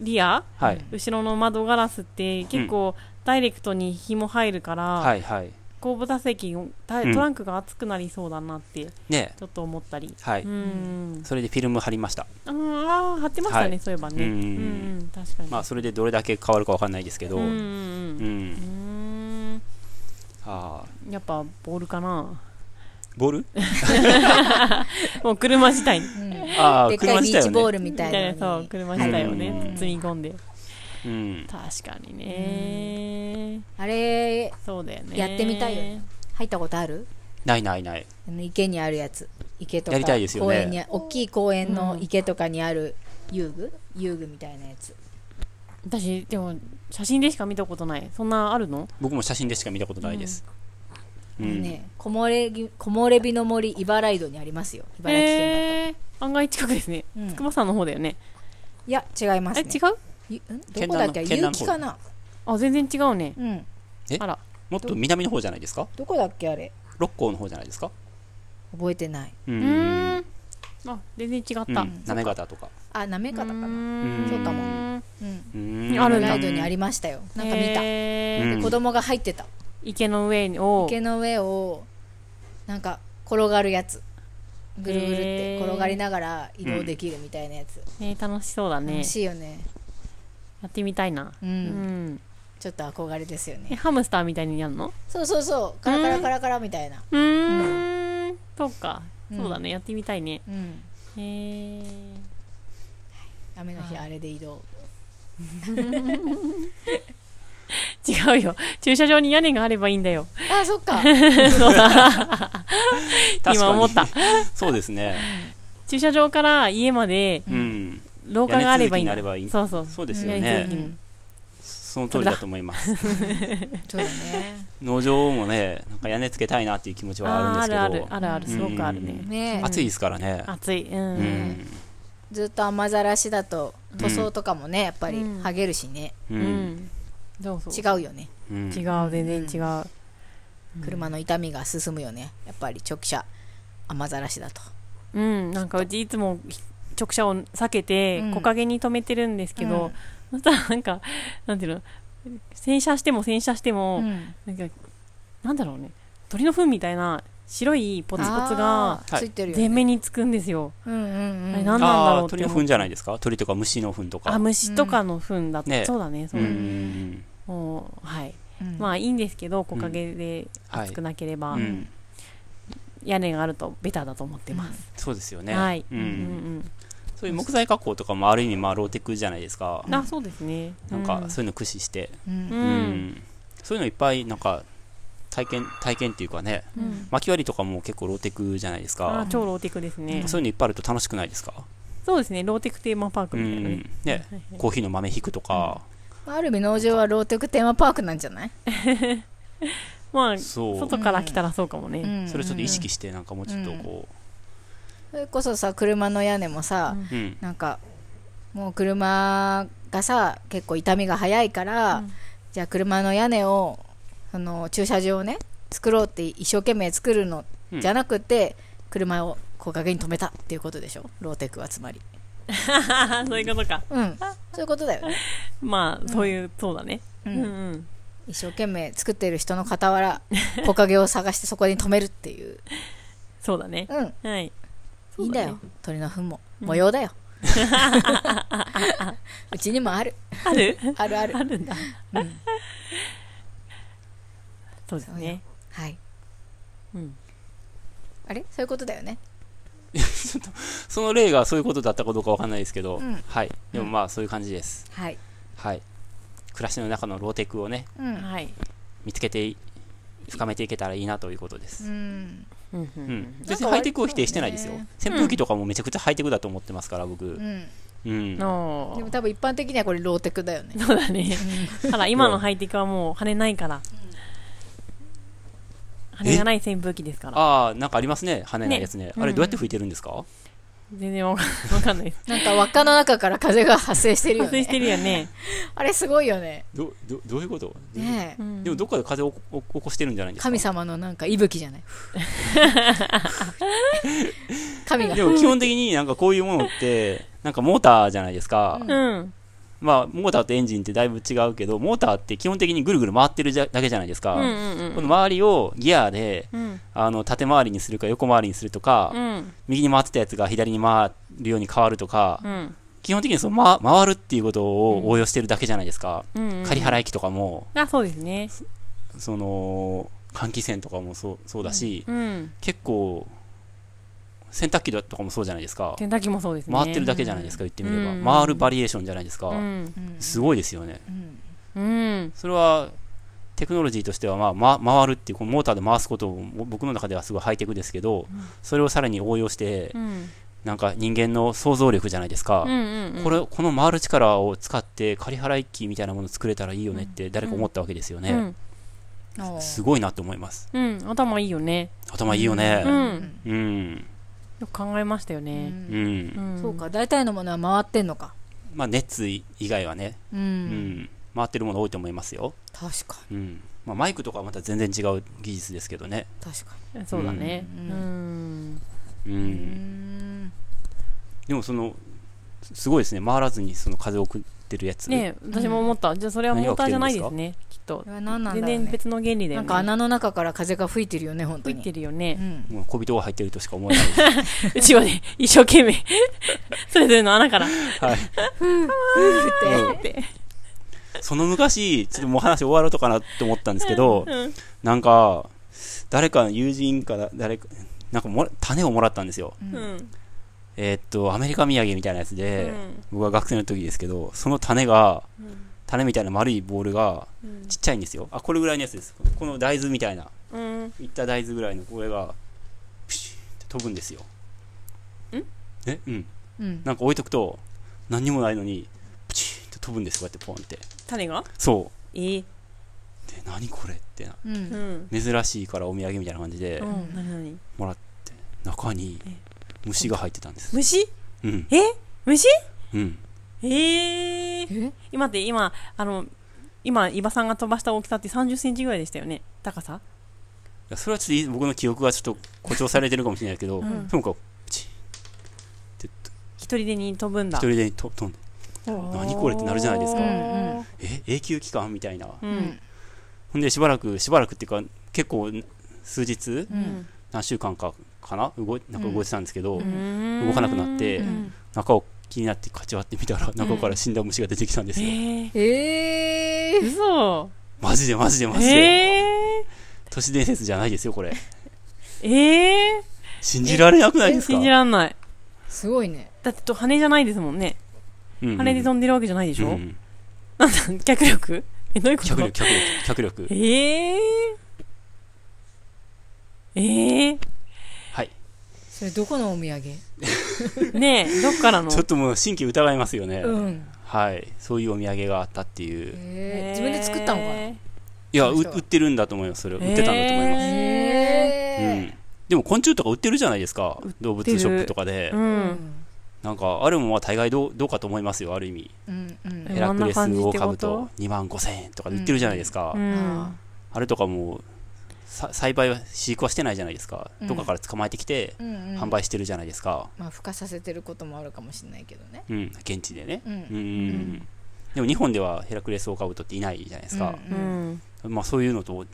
リアはい。後ろの窓ガラスって結構ダイレクトに日も入るから、はいはい。後部座席たうんトランクが熱くなりそうだなってちねょえ。っと思ったり、はい。うんそれでフィルム貼りました。あーあー貼ってましたね、はいそういえばねううんん、うん、確かにまあ、それでどれだけ変わるかわかんないですけど、うんううん。んうんうああ、ーんやっぱボールかなボールもう車自体みうんあであ、っか車い自ビー体チボーはね。ルみたたいいななそう車自体をね、うん包み込んでうん。確かにねあれそうだよねやってみたいよね入ったことあるないないない。あの池にあるやつ池とかやりたいですよね公園に大きい公園の池とかにある遊具、遊具みたいなやつ私でも写真でしか見たことないそんなあるの僕も写真でしか見たことないです。うん。ね木漏れぎ木漏れ日の森茨城戸にありますよ茨城県だと、えー、案外近くですねうん筑波山の方だよねいや違いますえね違うゆんどこだっけ県南の結城かなあ全然違うねうんえあらもっと南の方じゃないですかどこだっけあれ六甲の方じゃないですか覚えてないううーん。あ全然違った、うん。なめ方とか。あなめ方かなうんーんそうかもうんあるんだ茨城戸にありましたよなんか見た、へうーん子供が入ってた池の上を池の上をなんか転がるやつぐるぐるっへてー転がりながら移動できるみたいなやつ、ね楽しそうだね楽しいよねやってみたいなうん、うんちょっと憧れですよえねハムスターみたいにやるのそうそうそうカラカラカラカラみたいなうーんそうかうんそうだねやってみたいねうんへー雨の日あれで移動違うよ駐車場に屋根があればいいんだ よあそっかそうだ確か今に思った。そうですね。駐車場から家までうん。廊下があればいいんだ屋根続きになればいいそうそうそうですよやりね続。けるその通りだと思います。そうだね農場もね、なんか屋根つけたいなっていう気持ちはあーああるんでるあるすけあるあるすごくあるねねど、暑いですからね。暑いうんうん。ずっと雨ざらしだと塗装とかもねやっぱりうん剥げるしね、う。うんんそうそう違うよねうん違う全然違う車の傷みが進むよねやっぱり直射雨ざらしだとうんなんかうちいつも直射を避けてうん木陰に止めてるんですけど、そしたらなんかなんていうの洗車しても洗車しても、うんなんかなんだろうね鳥の糞みたいな白いポツポツがあーついてるよね全面につくんですよ、うんうんあうれ何んなんだあろあ、うって鳥思のう糞じゃないですか鳥とか虫の糞とあか。虫とかの糞だと、ねそうだねそううだね、ん。もうはい、うんまあいいんですけど木陰ではい暑くなければ、うん。屋根があるとベタだと思ってます、そうですよね。はい、う。うんんそういう木材加工とかもある意味、まあ、ローテクじゃないですかうん。あそうですねなんか、そういうの駆使して。うんうんうんそういうのいっぱい、なんか、体験、体験っていうかね、うん薪割りとかも結構ローテクじゃないですあかー。超ローテクですね、そういうのいっぱいあると楽しくないですかそうですねローテクテーマパークうみたいなねん。ね、コーヒーの豆引くとか。まあある意味農場はローテクテーマパークなんじゃない、まあそう外から来たらそうかもね、うんそれをちょっと意識して、なんかもうちょっとこそれこそさ車の屋根もさ、う、うん。なんかもう車がさ結構傷みが早いから、うんじゃあ車の屋根をその駐車場をね作ろうって一生懸命作るのじゃなくて、車を木陰に止めたっていうことでしょローテクはつまり そういうことか。うんそういうことだよねまあ、そういう、そうだね。ううんんうん。一生懸命作ってる人の傍 ら木陰を探してそこに止めるっていうそうだね。うんはい。いいんだよそう鳥の糞もうん模様 だようちにもあるだね。あるあるあるあるんだ。うんそうですね。はいうん。あれそういうことだよねその例がそういうことだったかどうかわかんないですけど、うんはい。でもまあ、そういう感じです。はいはい。暮らしの中のローテクをね、うんはい。見つけてい、深めていけたらいいなということでうす。んうんううんん。別になんかハイテクを否定してないですよ割。扇風機とかもめちゃくちゃハイテクだと思ってますから、僕。ううんん。のでも多分一般的にはこれローテクだよねそうだね。ただ今のハイテクはもう羽ないから。羽がない扇風機ですから。ああ、なんかありますね。羽ないやつね。あうれんどうやって吹いてるんですか全然わかんわかんないです。なんか輪っかの中から風が発生してるよ発生ねしてるよね。あれすごいよねど、ど、どういうことねえうんでもどっかで風を起こ起こしてるんじゃないんですか神様のなんか息吹じゃない神がでも基本的になんかこういうものって、なんかモーターじゃないですか。うん。まあ、モーターとエンジンってだいぶ違うけど、モーターって基本的にぐるぐる回ってるじゃだけじゃないですか。うんうんこうのん。周りをギアで、うん。あの、縦回りにするか横回りにするとか、うん。右に回ってたやつが左に回るように変わるとか、うん。基本的にその、ま、回るっていうことを応用してるだけじゃないですか。うん。仮払い機とかも、あ、そうですね。その、換気扇とかもそうそうだし、うん。結構、洗濯機だとかもそうじゃないですか。洗濯機もそうですね。回ってるだけじゃないですか、言ってみれば。うん回るバリエーションじゃないですかう。ん。うんすごいですよね。うんうん。それはテクノロジーとしては、まあま、回るっていうこのモーターで回すことも僕の中ではすごいハイテクですけど、それをさらに応用して、うん。なんか人間の想像力じゃないですか、うん。うんこれこの回る力を使って仮払い機みたいなもの作れたらいいよねって誰か思ったわけですよね、うん。おうすごいなって思いますうん。頭いいよね。頭いいよねうんうんうん、よく考えましたよね。んそう。か大体のものは回ってんのかまあ熱以外はね、ううんん回ってるもの多いと思いますよ、確かうんまあ、マイクとかはまた全然違う技術ですけどね、に確かそうだね。ううんん。う、にうんんでもそのすすごいですね回らずにその風を送ってるやつ、ねえ私も思った。じゃあそれはモーターじゃないですね。きっとこ。れは何なん全だろう然ね別の原理だなよんかね。穴の中から風が吹いてるよね本当吹にいてるるよね。もう小人が入ってるとしか思えないですうちはね、一生懸命、それぞれの穴から、はい、 っうんその昔ちょっともう話終わろうとかなって思ったんですけどうんなんか誰かの友人から誰かなんかもら種をもらったんですようんんえーっとアメリカ土産みたいなやつで、うん僕は学生の時ですけどその種がうん種みたいな丸いボールがうんちっちゃいんですよあこれぐらいのやつですこの大豆みたいなうんいった大豆ぐらいのこれがプシューって飛ぶんですよんえうんうんなんか置いとくと何にもないのにプチーンと飛ぶんですよこうやってポンって種がそええうで何これってなうんううんん珍しいからお土産みたいな感じで、うん何何中にえ虫が入ってたんです虫うんえ虫うんえええ今って今あの今伊庭さんが飛ばした大きさって3 0センチぐらいでしたよね高さいやそれはちょっと僕の記憶がちょっと 誇張されてるかもしれないけど、うんともかく一人でに飛ぶん一だ人でと飛んで何これってなるじゃないですかえ永久期間みたいな、ううんんほんでしばらくしばらくっていうか結構数日ううんん何週間かかな動いなんか動いてたんですけど、うん動かなくなってうん中を気になってかち割ってみたら中から死んだ虫が出てきたんですよ、えええー嘘マジでマジでマジで、え都市伝説じゃないですよこれえええ信じられなくないですか信じらんないすごいねだってと羽じゃないですもんねうんうん羽で飛んでるわけじゃないでしょ、うんなんだ脚力えどういうこ脚力と脚力脚力ええええはいそれどこのお土産ねえどっからのちょっともう神経疑いますよね、うんはいそういうお土産があったっていう、えー自分で作ったのかなえいやうそうそう売ってるんだと思いますそれ売ってたんだと思います、へうんでも昆虫とか売ってるじゃないですか動物ショップとかで、ーうーうんんなんかあれもまあ大概どうどうかと思いますよある意味うんうんえヘラクレスこんな感じっオオてカこブとと2万5千円とかで売ってるじゃないですか、ううんんあれとかもさ栽培は飼育はしてないじゃないですか、うんどっかから捕まえてきてうんうん販売してるじゃないですか、まあ孵化させてることもあるかもしれないけどねうん現地でね、うんうんでも日本ではヘラクレスオオカブトっていないじゃないですか、ううんうんん。まあ、そういうのと、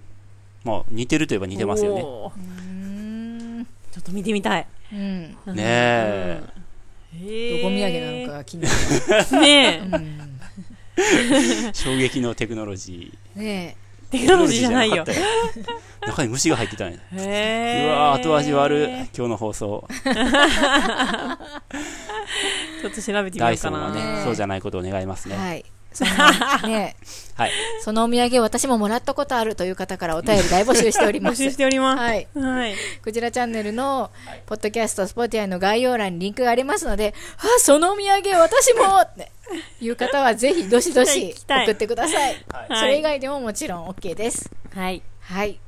まあ、似てるといえば似てますよねおーうーんちょっと見てみたい。うんねえ、えどーこ土産なんかが気になねえ。る、うん衝撃のテクノロジーね テクノロジーじゃないよテ。クノロジーじゃなかったよ中に虫が入ってたんや へうーわー後味 悪い今日の放送ちょっと調べてみダようイソかンはな。ねねそうじゃないことを願いますえね、はいそのねえはいそのお土産私ももらったことあるという方からお便り大募集しておりま募す集しておりまはいす。はい。クジラチャンネルのポッドキャスト、スポティアの概要欄にリンクがありますので、あ、そのお土産私もっていう方はぜひどしど行しきたい送ってください。はいはいそれ以外でももちろん OK です。はい。はい。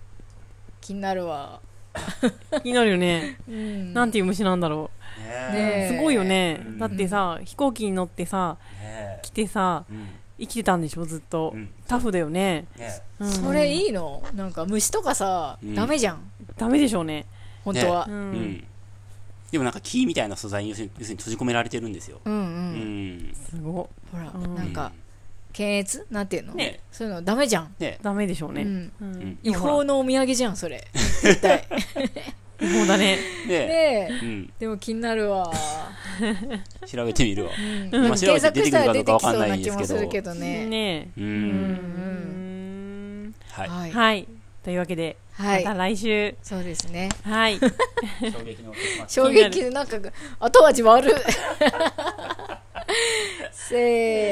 気になるわ。気になるよね。うんなんていう虫なんだろう。ねえすごいよねうん。だってさ、飛行機に乗ってさ、ね来てさ、えうん生きてたんでしょ、ずっとうん。タフだよね。ねうんそれいいのなんか虫とかさ、うんダメじゃん。ダメでしょうね。本当はう。。えうんんでもなんか木みたいな素材に要するに要するに閉じ込められてるんですよ、うんううん。ん、すご。ほら、うんなんか、検閲なんていうのねそういうのダメじゃん。ねダメでしょううね。ん。うんうん違法のお土産じゃん、それ。 絶対。ね違法だね。ねえ。うん、でも気になるわ。調べてみるわうんまあ調べて出てくるかどうかわかんないん検索したら出てきそうな気もするけどですけどね。ねうえ。うんん。はいはい。はい。というわけで、はまいた。来週。そうですね。はい。衝撃の結末 衝撃でなんか後味悪い。せ